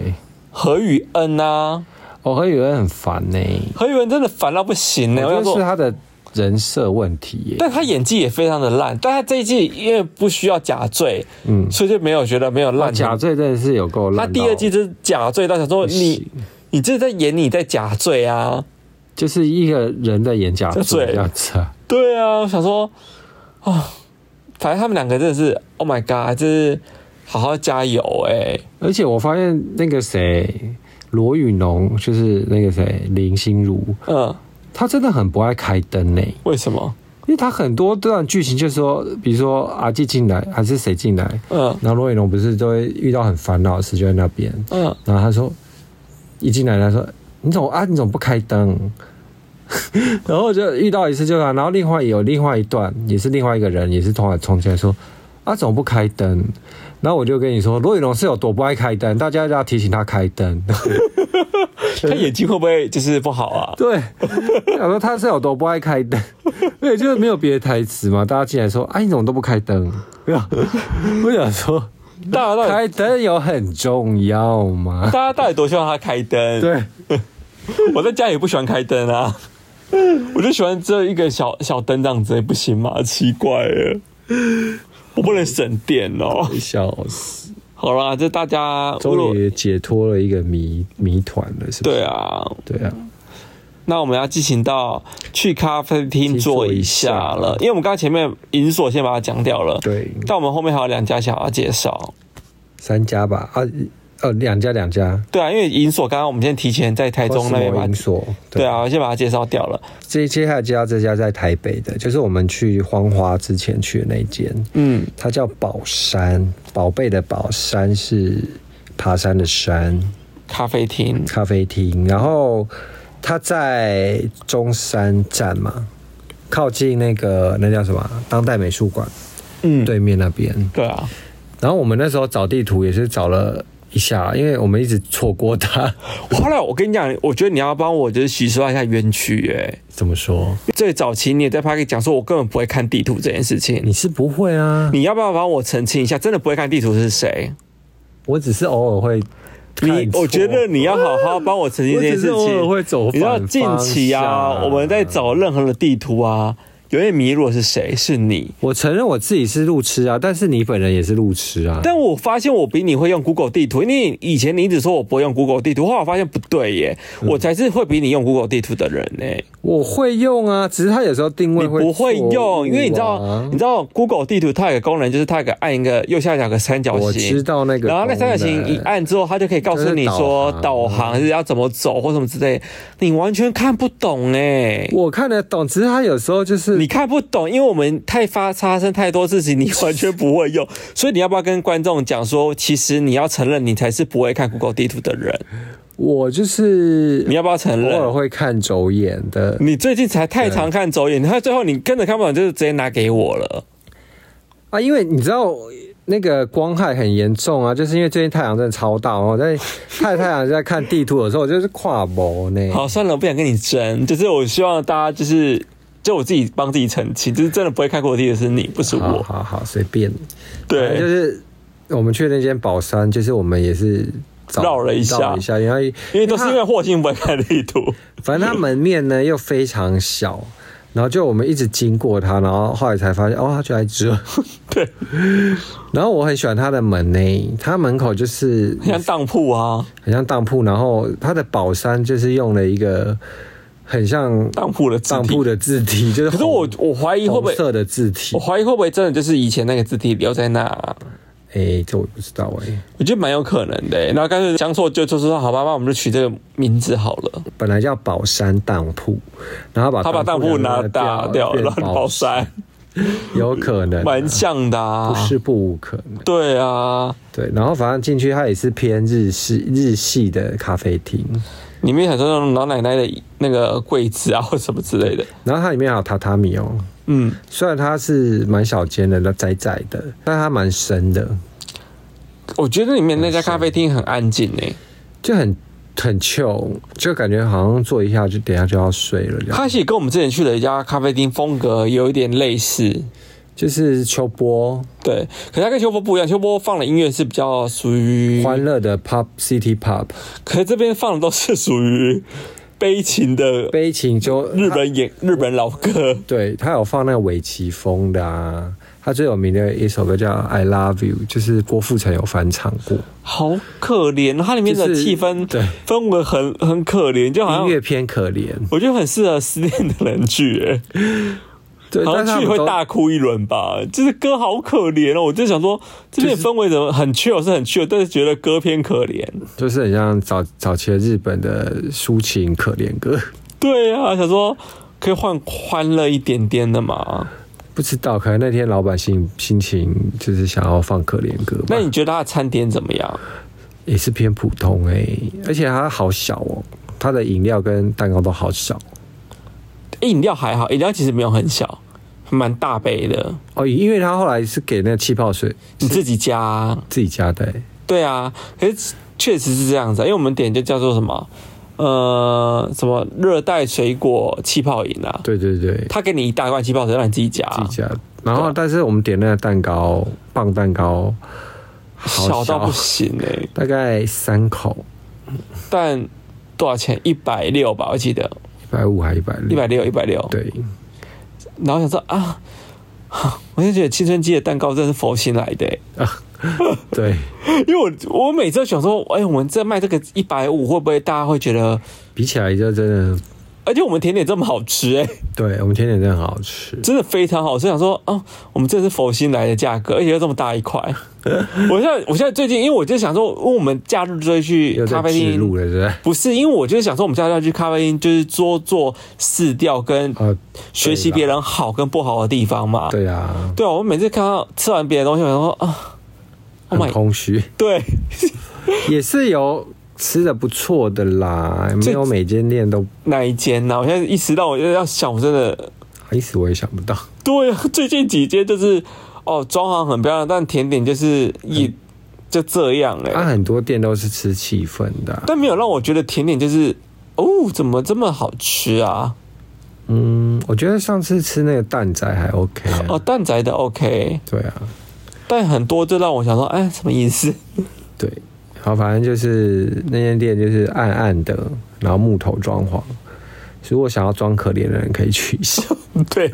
Speaker 1: 何宇恩啊，
Speaker 3: 哦，何宇恩很烦呢、
Speaker 1: 何宇恩真的烦到不行呢、
Speaker 3: 我
Speaker 1: 我
Speaker 3: 觉
Speaker 1: 想
Speaker 3: 得
Speaker 1: 说
Speaker 3: 是。他的人设问题耶、
Speaker 1: 但他演技也非常的烂，但他这一季因为不需要假醉，
Speaker 3: 嗯，
Speaker 1: 所以就没有觉得没有烂。
Speaker 3: 假醉真的是有够
Speaker 1: 他
Speaker 3: 烂到。
Speaker 1: 第二季就是假醉到想说你
Speaker 3: 行
Speaker 1: 你这是在演你在假醉啊，
Speaker 3: 就是一个人在演假
Speaker 1: 醉
Speaker 3: 醉这样子啊。
Speaker 1: 对啊，我想说啊，反正他们两个真的是 Oh my God，就是好好加油哎、
Speaker 3: 而且我发现那个谁，罗宇农，就是那个谁林心如，
Speaker 1: 嗯，
Speaker 3: 他真的很不爱开灯呢、
Speaker 1: 为什么？
Speaker 3: 因为他很多段剧情就是说，比如说阿纪进来还是谁进来，
Speaker 1: 嗯
Speaker 3: 然后罗宇农不是都会遇到很烦恼的事就在那边，
Speaker 1: 嗯，
Speaker 3: 然后他说一进来他说你怎么啊你怎么不开灯？ 然后就遇到一次就他，然后另外有另外一段也是另外一个人也是突然冲进来说啊怎么不开灯？然后我就跟你说罗宇龙是有多不爱开灯，大家要提醒他开灯。
Speaker 1: 他演技会不会就是不好 啊？
Speaker 3: 对，我想说他是有多不爱开灯， 对，就是没有别的台词嘛。大家进来说啊你怎么都不开灯？没有，我想说
Speaker 1: 大家到底
Speaker 3: 啊开灯有很重要吗？
Speaker 1: 大家到底多希望他开灯？
Speaker 3: 对。
Speaker 1: 我在家也不喜欢开灯啊，我就喜欢只有一个小小灯这样子，不行吗？奇怪了，我不能省电哦。
Speaker 3: 笑死！
Speaker 1: 好啦，这大家如
Speaker 3: 终
Speaker 1: 果
Speaker 3: 于解脱了一个谜谜团了，是不是？
Speaker 1: 对啊，
Speaker 3: 对啊，
Speaker 1: 那我们要进行到去咖啡厅坐一下
Speaker 3: 去坐一下
Speaker 1: 了，因为我们刚刚前面银锁先把它讲掉了，
Speaker 3: 对，
Speaker 1: 但我们后面还有两家想要介绍。
Speaker 3: 三家吧，啊，呃，两家两家，
Speaker 1: 对啊，因为银锁刚刚我们先提前在台中那边把
Speaker 3: 银，锁，
Speaker 1: 对，啊，我先把它介绍掉了。
Speaker 3: 这接下来介绍这家在台北的，就是我们去黄华之前去的那一间，
Speaker 1: 嗯，
Speaker 3: 它叫宝山，宝贝的宝山是爬山的山，
Speaker 1: 咖啡厅，
Speaker 3: 咖啡厅，然后它在中山站嘛，靠近那个那叫什么啊当代美术馆
Speaker 1: 嗯，
Speaker 3: 对面那边，
Speaker 1: 对啊，
Speaker 3: 然后我们那时候找地图也是找了一下，因为我们一直错过 它。
Speaker 1: 后来我跟你讲，我觉得你要帮我就是洗刷一下冤屈、欸，
Speaker 3: 怎么说？
Speaker 1: 最早期你也在 p a r k 讲说，我根本不会看地图这件事情，
Speaker 3: 你是不会啊，
Speaker 1: 你要不要帮我澄清一下？真的不会看地图是谁？
Speaker 3: 我只是偶尔会看
Speaker 1: 你，
Speaker 3: 错。
Speaker 1: 我觉得你要好好帮我澄清
Speaker 3: 我
Speaker 1: 这件
Speaker 3: 只
Speaker 1: 事
Speaker 3: 是偶尔
Speaker 1: 情。
Speaker 3: 会走
Speaker 1: 你
Speaker 3: 反
Speaker 1: 知道
Speaker 3: 方向。
Speaker 1: 近期啊，我们在找任何的地图啊，有点迷路的是谁？是你。
Speaker 3: 我承认我自己是路痴啊，但是你本人也是路痴啊。
Speaker 1: 但我发现我比你会用 Google 地图，因为你以前你一直说我不会用 Google 地图，后来我发现不对耶，
Speaker 3: 嗯
Speaker 1: 我才是会比你用 Google 地图的人呢。
Speaker 3: 我会用啊，只是它有时候定位
Speaker 1: 你
Speaker 3: 会、啊
Speaker 1: 不会用，因为你知道，你知道 Google 地图它有个功能，就是它有个按一个右下角有个三角
Speaker 3: 我知
Speaker 1: 形，
Speaker 3: 道那个功能，
Speaker 1: 然后那三角形一按之后，它就可以告诉你说
Speaker 3: 就是
Speaker 1: 导
Speaker 3: 导航
Speaker 1: 航是要怎么走或什么之类，你完全看不懂哎。
Speaker 3: 我看得懂，只是它有时候就是
Speaker 1: 你看不懂，因为我们太发发生太多事情，你完全不会用， 所以你要不要跟观众讲说，其实你要承认你才是不会看 Google 地图的人，
Speaker 3: 我就是
Speaker 1: 你要不要承
Speaker 3: 偶尔
Speaker 1: 认？
Speaker 3: 会看走眼的。
Speaker 1: 你最近才太常看走眼，他最后你跟着看不懂，就是直接拿给我了。
Speaker 3: 啊，因为你知道，那个光害很严重啊，就是因为最近太阳真的超大哦，我在看太阳在看地图的时候，我就是跨模呢。
Speaker 1: 好，算了，我不想跟你争。就是我希望大家就是，就我自己帮自己澄清，就是真的不会开国地的是你，不是
Speaker 3: 好
Speaker 1: 我。
Speaker 3: 好好，随便。
Speaker 1: 对，
Speaker 3: 就是我们去那间宝山，就是我们也是找
Speaker 1: 绕了一下
Speaker 3: 绕了一下，因为
Speaker 1: 因为都是因为霍信不会开地图。
Speaker 3: 反正它门面呢又非常小，然后就我们一直经过它，然后后来才发现哦，它就在这。
Speaker 1: 对，
Speaker 3: 然后我很喜欢它的门呢，它门口就是
Speaker 1: 像当铺啊，
Speaker 3: 很像当铺，然后它的宝山就是用了一个很像
Speaker 1: 当铺的字
Speaker 3: 当铺
Speaker 1: 体。
Speaker 3: 的字体，就是
Speaker 1: 可是我我怀疑会不
Speaker 3: 红
Speaker 1: 会，哦
Speaker 3: 色的字体
Speaker 1: 我，怀疑会不会真的就是以前那个字体留在那、啊，
Speaker 3: 哎，这我不知道哎，
Speaker 1: 我觉得蛮有可能的欸、然后干脆将错就错，说好吧，那我们就取这个名字好了。
Speaker 3: 本来叫宝山当铺，然后把
Speaker 1: 他把当铺拿大掉，
Speaker 3: 变
Speaker 1: 乱包山，
Speaker 3: 有可能啊、
Speaker 1: 蛮像的啊。
Speaker 3: 不是不无可能。
Speaker 1: 对啊，
Speaker 3: 对，然后反正进去它也是偏日式日系的咖啡厅，
Speaker 1: 里面很多那种老奶奶的那个柜子啊，或什么之 类的。
Speaker 3: 然后它里面还有榻榻米哦。
Speaker 1: 嗯，
Speaker 3: 虽然它是蛮小间的，那窄窄的，但它蛮深的，
Speaker 1: 我觉得里面那家咖啡厅很安静欸诶、
Speaker 3: 就很很 chill，就感觉好像坐一下就等一下就要睡了这样。
Speaker 1: 它其实跟我们之前去的一家咖啡厅风格有一点类似，
Speaker 3: 就是秋波
Speaker 1: 对。可是它跟秋波不一样，秋波放的音乐是比较属于
Speaker 3: 欢乐的 pop city pop，
Speaker 1: 可是这边放的都是属于悲情的
Speaker 3: 悲情就
Speaker 1: 日本演日本老歌。
Speaker 3: 对他有放那个尾崎风的啊，他最有名的一首歌叫《I Love You》，就是郭富城有翻唱过，
Speaker 1: 好可怜，它里面的
Speaker 3: 就是
Speaker 1: 气氛、
Speaker 3: 对
Speaker 1: 氛围很很可怜，就好
Speaker 3: 音乐
Speaker 1: 像
Speaker 3: 偏可怜，
Speaker 1: 我觉得很适合失恋的人去、欸，
Speaker 3: 对，
Speaker 1: 好
Speaker 3: 但是
Speaker 1: 像
Speaker 3: 他
Speaker 1: 去
Speaker 3: 们
Speaker 1: 会
Speaker 3: 都
Speaker 1: 大哭一轮吧。就是歌好可怜哦，我就想说这边的氛围怎么很 chill 是很 chill，但是觉得歌偏可怜。
Speaker 3: 就是很像早早期的日本的抒情可怜歌，
Speaker 1: 对啊，想说可以换欢乐一点点的嘛。
Speaker 3: 不知道可能那天老板心心情就是想要放可怜歌吧
Speaker 1: 那，你觉得它的餐点怎么样？
Speaker 3: 也是偏普通哎、而且它好小哦，它的饮料跟蛋糕都好小
Speaker 1: 诶饮料还好，饮料其实没有很小，蛮大杯的，
Speaker 3: 哦，因为他后来是给那个气泡水
Speaker 1: 你自己加啊、
Speaker 3: 自己加的、欸，
Speaker 1: 对啊，可是确实是这样子、啊，因为我们点就叫做什么，呃，什么热带水果气泡饮啊，
Speaker 3: 对对对，
Speaker 1: 他给你一大罐气泡水让你自己夹啊，
Speaker 3: 自己家。
Speaker 1: 对
Speaker 3: 然后，
Speaker 1: 啊
Speaker 3: 但是我们点那个蛋糕，棒蛋糕，好
Speaker 1: 小到不行哎、
Speaker 3: 大概三口，
Speaker 1: 但多少钱？一百六吧，我记得
Speaker 3: 一百五还一百六，
Speaker 1: 一百六，一百六。
Speaker 3: 对，
Speaker 1: 然后想说啊， 我就觉得青春期的蛋糕真是佛心来的欸、
Speaker 3: 对，
Speaker 1: 因为我我每次都想说，哎、我们这卖这个一百五会不会大家会觉得，
Speaker 3: 比起来就真的，
Speaker 1: 而且我们甜点这么好吃哎、
Speaker 3: 对我们甜点真的很好吃。
Speaker 1: 真的非常好吃。想说，哦，我们这是佛心来的价格，而且又这么大一 块。我现在我现在最近，因为我就想说，因为我们假日就会去
Speaker 3: 又
Speaker 1: 咖
Speaker 3: 在
Speaker 1: 啡
Speaker 3: 指
Speaker 1: 厅，
Speaker 3: 路了，对不对？
Speaker 1: 不是，因为我就是想说，我们假日要去咖啡厅，就是多做试调跟
Speaker 3: 呃，
Speaker 1: 学习别人好跟不好的地方嘛。
Speaker 3: 对啊，
Speaker 1: 对啊，我每次看到吃完别的东西，我想说啊，Oh
Speaker 3: 很
Speaker 1: my，
Speaker 3: 空虚，
Speaker 1: 对，
Speaker 3: 也是有吃的不错的啦，没
Speaker 1: 这
Speaker 3: 有每间店都，
Speaker 1: 哪一间呢、我现在一时到我就要想，我真的
Speaker 3: 意思哎我也想不到，
Speaker 1: 对啊，最近几间就是哦，装潢很漂亮，但甜点就是也、就这样哎、
Speaker 3: 它、啊很多店都是吃气氛的啊、
Speaker 1: 但没有让我觉得甜点就是哦，怎么这么好吃啊？
Speaker 3: 嗯，我觉得上次吃那个蛋仔还 OK，、啊、
Speaker 1: 哦，蛋仔的 OK，
Speaker 3: 对啊，
Speaker 1: 但很多就让我想说，哎，什么意思？
Speaker 3: 对，好，反正就是那间店就是暗暗的，然后木头装潢。如果想要装可怜的人可以去一 下，
Speaker 1: 对，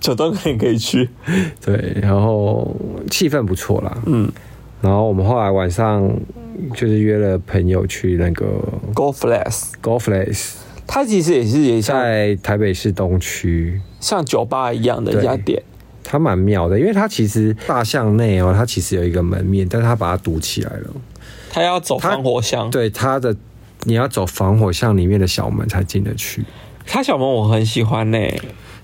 Speaker 1: 九段可以可以去，
Speaker 3: 对，然后气氛不错啦，
Speaker 1: 嗯
Speaker 3: 然后我们后来晚上就是约了朋友去那个
Speaker 1: ，Go Flash，
Speaker 3: Golf Place，
Speaker 1: 它其实也是也像
Speaker 3: 在台北市东区，
Speaker 1: 像酒吧一样的一家
Speaker 3: 对
Speaker 1: 店，
Speaker 3: 它蛮妙的，因为它其实大巷内哦，它其实有一个门面，但是它把它堵起来了，
Speaker 1: 它要走
Speaker 3: 它
Speaker 1: 防火箱，
Speaker 3: 对，它的你要走防火巷里面的小门才进得去。
Speaker 1: 它小门我很喜欢呢、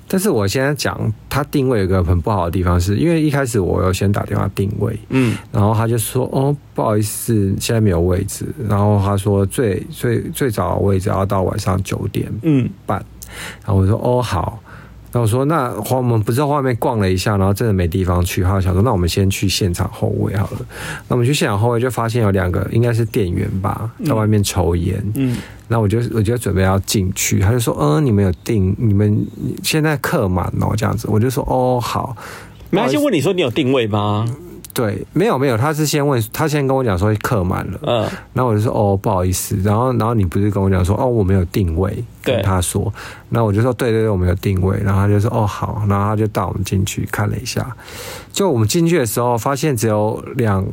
Speaker 3: 但是我现在讲，它定位有个很不好的地方是，因为一开始我有先打电话定位，
Speaker 1: 嗯，
Speaker 3: 然后他就说哦，不好意思，现在没有位置。然后他说最最最早的位置要到晚上九点
Speaker 1: 嗯，
Speaker 3: 半，然后我说哦好，那我说，那我们不是在外面逛了一下，然后真的没地方去，他就想说，那我们先去现场后卫好了。那我们去现场后卫就发现有两个应该是店员吧，在外面抽烟。
Speaker 1: 嗯，
Speaker 3: 那我就我就准备要进去，他就说，嗯，你们有订，你们现在客满哦，这样子。我就说，哦，好。
Speaker 1: 没关系，问你说你有定位吗？
Speaker 3: 对，没有没有，他是先问，他先跟我讲说客满了，
Speaker 1: 嗯，
Speaker 3: 然后我就说哦，不好意思，然后然后你不是跟我讲说哦，我没有定位，
Speaker 1: 对
Speaker 3: 跟他说，那我就说对对对，我没有定位，然后他就说哦好，然后他就带我们进去看了一下，就我们进去的时候发现只有两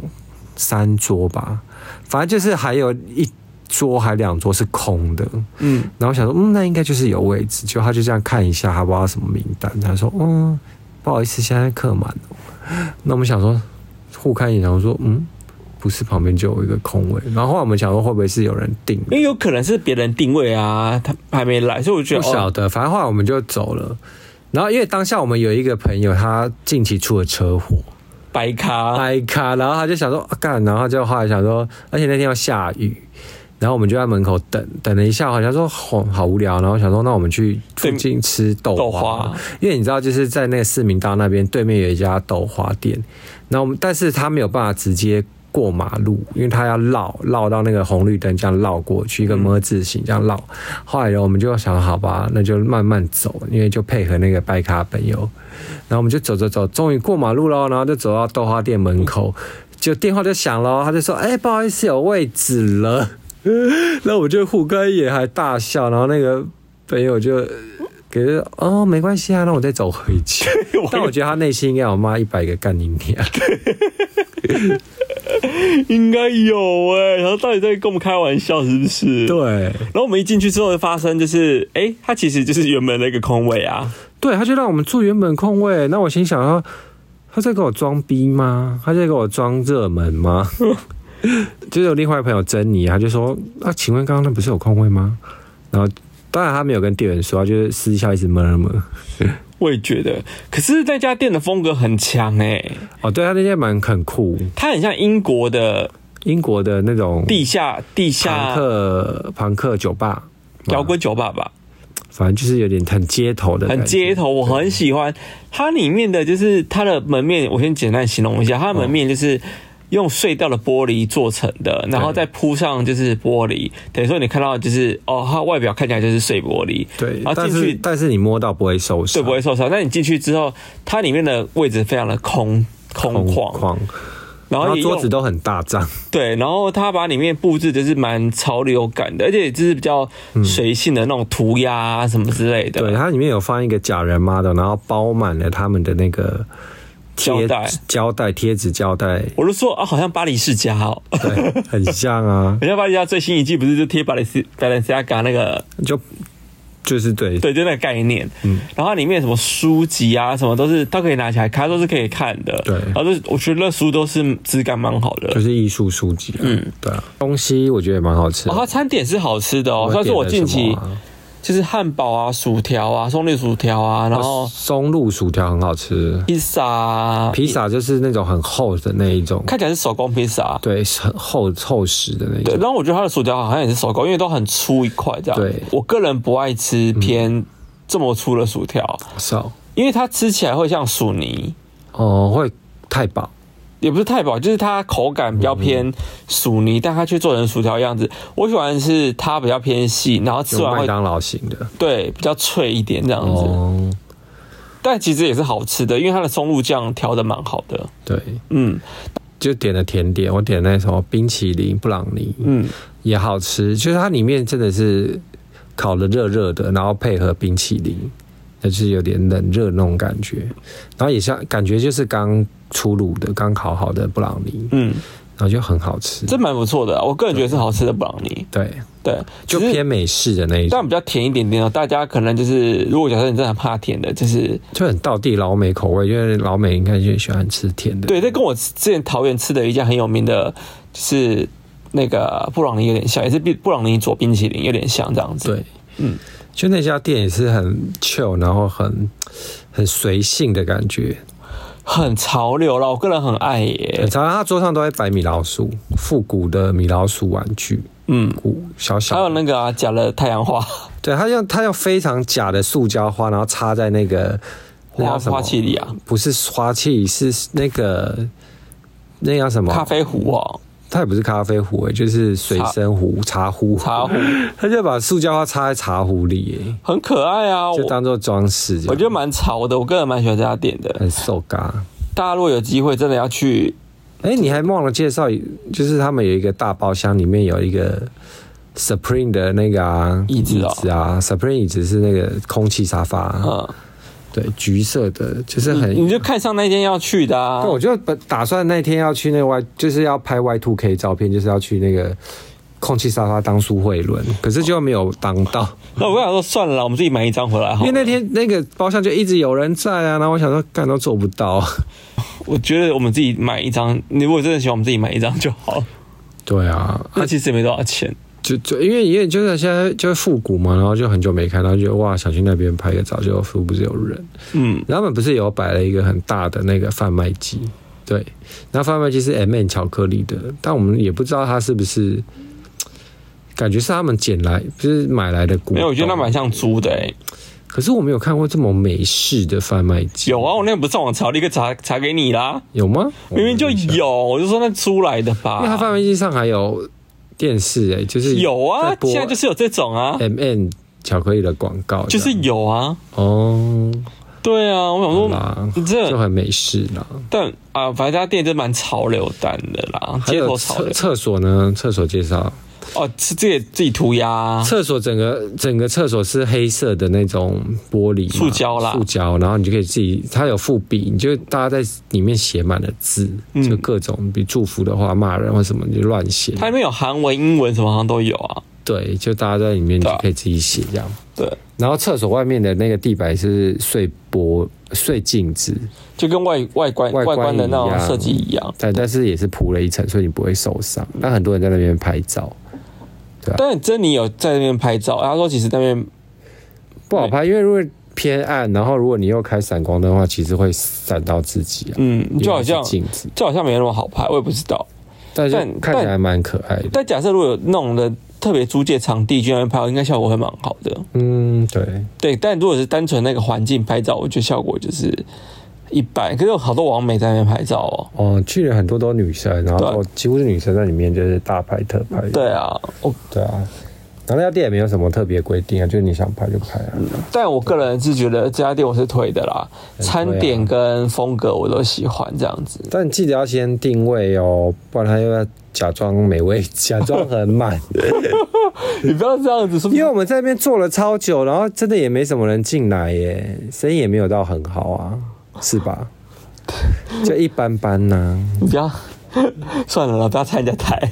Speaker 3: 三桌吧，反正就是还有一桌还两桌是空的，
Speaker 1: 嗯，
Speaker 3: 然后我想说嗯，那应该就是有位置，就他就这样看一下，他不知道什么名单，他说嗯，不好意思，现在客满了， 那我们想说嗯互看一眼，然后说嗯。不是旁边就有一个空位，然后后来我们想说会不会是有人订的
Speaker 1: 因为有可能是别人定位啊，他还没来，所以我觉
Speaker 3: 不
Speaker 1: 得
Speaker 3: 晓
Speaker 1: 哦，
Speaker 3: 得，反正后来我们就走了。然后因为当下我们有一个朋友，他近期出了车祸，
Speaker 1: 白咖，
Speaker 3: 哎卡，然后他就想说啊干，然后就后来想说，而且那天要下雨，然后我们就在门口等等了一下，好像说好好无聊，然后想说那我们去附近吃豆
Speaker 1: 豆
Speaker 3: 花，
Speaker 1: 花
Speaker 3: 因为你知道就是在那个市民大那边对面有一家豆花店，然后我们但是他没有办法直接。过马路，因为他要绕绕到那个红绿灯，这样绕过去一个么字形这样绕。后来呢，我们就想好吧，那就慢慢走，因为就配合那个白卡朋友，然后我们就走走走，终于过马路喽，然后就走到豆花店门口，就电话就响了，他就说：“哎、不好意思，有位置了。” 然后我就互干也还大笑，然后那个朋友就给他说哦，没关系啊，那我再走回去。 但我觉得他内心应该有骂一百个干你娘。
Speaker 1: 应该有哎、然后到底在跟我们开玩笑是不是？。
Speaker 3: 对
Speaker 1: 然后我们一进去之后发生就是，哎、它其实就是原本那个空位啊，
Speaker 3: 对，他就让我们坐原本空位，那我心想说，他在给我装逼吗？他在给我装热门吗？ 就是有另外一个朋友珍妮，他就说啊，请问刚刚那不是有空位吗？然后当然他没有跟店员说，他就是私下一直闷闷。
Speaker 1: 我也觉得。可是那家店的风格很强哎、
Speaker 3: 哦，对他那天蛮很酷，
Speaker 1: 它很像英国的
Speaker 3: 英国的那种
Speaker 1: 地下地
Speaker 3: 朋
Speaker 1: 下
Speaker 3: 克朋克酒吧，
Speaker 1: 摇滚酒吧吧，
Speaker 3: 反正就是有点很街头的，
Speaker 1: 很街。头，我很喜欢。它里面的就是它的门面，我先简单形容一下，它的门面就是。用碎掉的玻璃做成的，然后再铺上就是玻璃，等于说你看到就是哦，它外表看起来就是碎玻璃，
Speaker 3: 对，
Speaker 1: 然后
Speaker 3: 但
Speaker 1: 进
Speaker 3: 是
Speaker 1: 去
Speaker 3: 但是你摸到不会受
Speaker 1: 对
Speaker 3: 伤，
Speaker 1: 不会受伤。那你进去之后，它里面的位置非常的空空旷，
Speaker 3: 狂，
Speaker 1: 然
Speaker 3: 然
Speaker 1: 后
Speaker 3: 后
Speaker 1: 也
Speaker 3: 桌
Speaker 1: 用
Speaker 3: 子都很大张，
Speaker 1: 对，然后它把里面布置就是蛮潮流感的，而且就是比较随性的那种涂鸦、啊、什么之类的。
Speaker 3: 嗯对，它里面有放一个假人 model，然后包满了他们的那个贴
Speaker 1: 胶带
Speaker 3: 胶带、贴纸胶带，
Speaker 1: 我就说啊，好像巴黎世家哦，
Speaker 3: 对，很像啊，
Speaker 1: 人家巴黎世家最新一季不是就贴巴黎斯巴黎世家那个
Speaker 3: 就就是对，
Speaker 1: 对，就那个概念。嗯，然后它里面什么书籍啊，什么都是都可以拿起来看，都是可以看的。
Speaker 3: 对
Speaker 1: 然后就是我觉得那书都是质感蛮好的
Speaker 3: 就。是艺术书籍、嗯，对啊，东西我觉得也蛮好吃的。
Speaker 1: 哦然后它餐点是好吃的哦，算是我近期
Speaker 3: 点了什么啊
Speaker 1: 就是汉堡啊、薯条啊、松露薯条啊，
Speaker 3: 哦
Speaker 1: 然后
Speaker 3: 松露薯条很好吃，
Speaker 1: 披萨啊，
Speaker 3: 披萨就是那种很厚的那一种，
Speaker 1: 看起来是手工披萨。啊
Speaker 3: 对，是很厚厚实的那一
Speaker 1: 对，
Speaker 3: 种。
Speaker 1: 然后我觉得它的薯条好像也是手工，因为都很粗一块这样。
Speaker 3: 对
Speaker 1: 我个人不爱吃偏这么粗的薯条，
Speaker 3: 少
Speaker 1: 因为它吃起来会像薯泥，
Speaker 3: 哦，会太饱。
Speaker 1: 也不是太薄，就是它口感比较
Speaker 3: 嗯
Speaker 1: 偏薯泥，但它却做成薯条的样子。我喜欢的是它比较偏细，然后吃
Speaker 3: 有
Speaker 1: 完
Speaker 3: 麦
Speaker 1: 会
Speaker 3: 当劳型的
Speaker 1: 对比较脆一点这样子。
Speaker 3: 哦，
Speaker 1: 但其实也是好吃的，因为它的松露酱调的蛮好的。
Speaker 3: 对，
Speaker 1: 嗯
Speaker 3: 就点了甜点，我点那什么冰淇淋、布朗尼，
Speaker 1: 嗯，
Speaker 3: 也好吃。就是它里面真的是烤的热热的，然后配合冰淇淋，就是有点冷热那种感觉。然后也像感觉就是刚出炉的、刚烤好的布朗尼，
Speaker 1: 嗯，
Speaker 3: 然后就很好吃。
Speaker 1: 这蛮不错的啊、我个人觉得是好吃的布朗尼。
Speaker 3: 对，
Speaker 1: 对，
Speaker 3: 就
Speaker 1: 只是
Speaker 3: 偏美式的那一
Speaker 1: 但
Speaker 3: 种，
Speaker 1: 比较甜一点点哦。大家可能就是，如果假设你真的很怕甜的，就是
Speaker 3: 就很道地老美口味，因为老美应该就喜欢吃甜的。
Speaker 1: 对，这跟我之前桃园吃的一家很有名的，就是那个布朗尼有点像，也是布布朗尼佐冰淇淋有点像这样子。
Speaker 3: 对，嗯，就那家店也是很 chill，然后很很随性的感觉。
Speaker 1: 很潮流啦，我个人很爱耶。
Speaker 3: 常常他桌上都会摆米老鼠，复古的米老鼠玩具，
Speaker 1: 嗯，
Speaker 3: 古小小
Speaker 1: 还
Speaker 3: 的
Speaker 1: 有那个啊，假了太阳花，
Speaker 3: 对，他用他用非常假的塑胶花，然后插在那个那
Speaker 1: 花
Speaker 3: 叫什么
Speaker 1: 花器里啊，
Speaker 3: 不是花器，是那个那叫什么？
Speaker 1: 咖，啡壶哦，
Speaker 3: 它也不是咖啡壶、欸，就是水生壶、茶壶。
Speaker 1: 茶壶，
Speaker 3: 他就把塑胶花插在茶壶里、欸，
Speaker 1: 很可爱啊，
Speaker 3: 就
Speaker 1: 我
Speaker 3: 当做装饰这样。
Speaker 1: 我觉得蛮潮的，我个人蛮喜欢这家店的。
Speaker 3: 很受嘎。
Speaker 1: 大家如果有机会真的要去，
Speaker 3: 哎、你还忘了介绍，就是他们有一个大包厢，里面有一个 Supreme 的那个啊
Speaker 1: 椅子哦
Speaker 3: 啊，Supreme 椅子是那个空气沙发，
Speaker 1: 嗯，
Speaker 3: 对，橘色的，就是很。
Speaker 1: 你就看上那间要去的啊
Speaker 3: 对，。嗯我就本打算那天要去那个 Y，就是要拍 Y two K 照片，就是要去那个空气沙发当苏慧伦，可是就没有当到，
Speaker 1: 那我跟想说算了啦，我们自己买一张回来
Speaker 3: 因
Speaker 1: 好
Speaker 3: 为
Speaker 1: 了。
Speaker 3: 那天那个包厢就一直有人在啊，然后我想说干都做不到，
Speaker 1: 我觉得我们自己买一张，你如果真的喜欢，我们自己买一张就好了。
Speaker 3: 对啊，
Speaker 1: 那其实也没多少钱。
Speaker 3: 就就因为因为就是现在就是复古嘛，然后就很久没看，然后就哇想去那边拍个照，就殊不知有人。
Speaker 1: 嗯，
Speaker 3: 然后他们不是有摆了一个很大的那个贩卖机，对，然后贩卖机是 M N 巧克力的，但我们也不知道它是不是，感觉是他们捡来就是买来的股。
Speaker 1: 没有，我觉得那蛮。像租的欸诶、
Speaker 3: 可是我没有看过这么美式的贩卖机，
Speaker 1: 有啊，我那天不是上网查，立刻查查给你啦。
Speaker 3: 有吗？嗯
Speaker 1: 明明就有，啊我就说那租来的
Speaker 3: 因为它贩
Speaker 1: 吧。
Speaker 3: 卖机上还有电视哎、就是
Speaker 1: 有啊，现在就是是有这种啊，
Speaker 3: M N 巧克力的广告这
Speaker 1: 就
Speaker 3: 样，
Speaker 1: 是有啊。
Speaker 3: 哦。
Speaker 1: 对啊，我想
Speaker 3: 啦
Speaker 1: 说，
Speaker 3: 就
Speaker 1: 这
Speaker 3: 很美式啦。
Speaker 1: 但啊，反正这家店真蛮潮流单的啦，
Speaker 3: 还
Speaker 1: 街
Speaker 3: 有
Speaker 1: 头潮
Speaker 3: 厕
Speaker 1: 流。
Speaker 3: 厕所呢？厕所介绍，
Speaker 1: 哦，是自己自己涂鸦啊，
Speaker 3: 厕所整个整个厕所是黑色的那种玻璃嘛，
Speaker 1: 塑胶啦
Speaker 3: 塑胶，然后你就可以自己，它有附笔，你就大家在里面写满了字，
Speaker 1: 嗯
Speaker 3: 就各种，比如祝福的话、骂人或什么，你就乱写。
Speaker 1: 它里面有韩文、英文什么好像都有啊。
Speaker 3: 对，就大家在里面就
Speaker 1: 对啊
Speaker 3: 可以自己写这样。
Speaker 1: 对，
Speaker 3: 然后厕所外面的那个地板是碎玻碎镜子，
Speaker 1: 就跟外外观
Speaker 3: 外
Speaker 1: 外
Speaker 3: 观
Speaker 1: 观的那
Speaker 3: 一
Speaker 1: 种
Speaker 3: 样
Speaker 1: 设计一样。
Speaker 3: 但但是也是铺了一层，所以你不会受伤。那很多人在那边拍照，
Speaker 1: 但珍妮有在那边拍照，她说其实那边
Speaker 3: 不好拍，因为如果偏暗，然后如果你又开闪光灯的话，其实会闪到自己啊。
Speaker 1: 嗯，就好像
Speaker 3: 尤其是镜子，
Speaker 1: 就好像没那么好拍，我也不知道。
Speaker 3: 但是
Speaker 1: 但
Speaker 3: 看起来蛮可爱的。
Speaker 1: 但假设如果有那种的特别租借场地去那边拍，应该效果会蛮好的。
Speaker 3: 嗯，对，
Speaker 1: 对，但如果是单纯那个环境拍照，我觉得效果就是一般。可是有好多网美在那边拍照哦。
Speaker 3: 哦，去了很多都女生，然后哦
Speaker 1: 对
Speaker 3: 几乎是女生在里面就是大拍特拍。
Speaker 1: 对，啊，我
Speaker 3: 对啊。然后那家店也没有什么特别规定啊，就是你想拍就拍啊。
Speaker 1: 但我个人是觉得这家店我是推的啦，餐点跟风格我都喜欢这样 子。
Speaker 3: 但记得要先定位哦，不然他又要假装美味， 假装很满。
Speaker 1: 你不要这样子说，
Speaker 3: 因为我们在那边坐了超久，然后真的也没什么人进来耶，生意也没有到很好啊，是 吧？就一般般呐、
Speaker 1: 你不要 算了啦，不要参加台。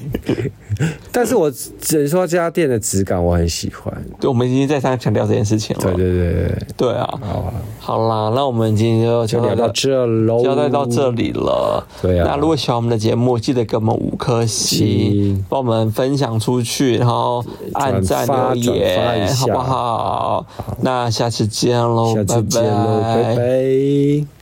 Speaker 3: 但是我只能说这家店的质感我很喜欢。
Speaker 1: 对，我们已经再三强调这件事情了。
Speaker 3: 对对对对，
Speaker 1: 对啊，
Speaker 3: 好啊，
Speaker 1: 好啦，那我们今天就
Speaker 3: 就聊到这喽，
Speaker 1: 交代到这。里了。
Speaker 3: 对啊
Speaker 1: 那如果喜欢我们的节目，记得给我们五颗星
Speaker 3: 嗯，
Speaker 1: 帮我们分享出去，然后按赞
Speaker 3: 转发
Speaker 1: 留
Speaker 3: 转发一
Speaker 1: 言，
Speaker 3: 下
Speaker 1: 好不好？那下次见喽，
Speaker 3: 下次见喽，拜拜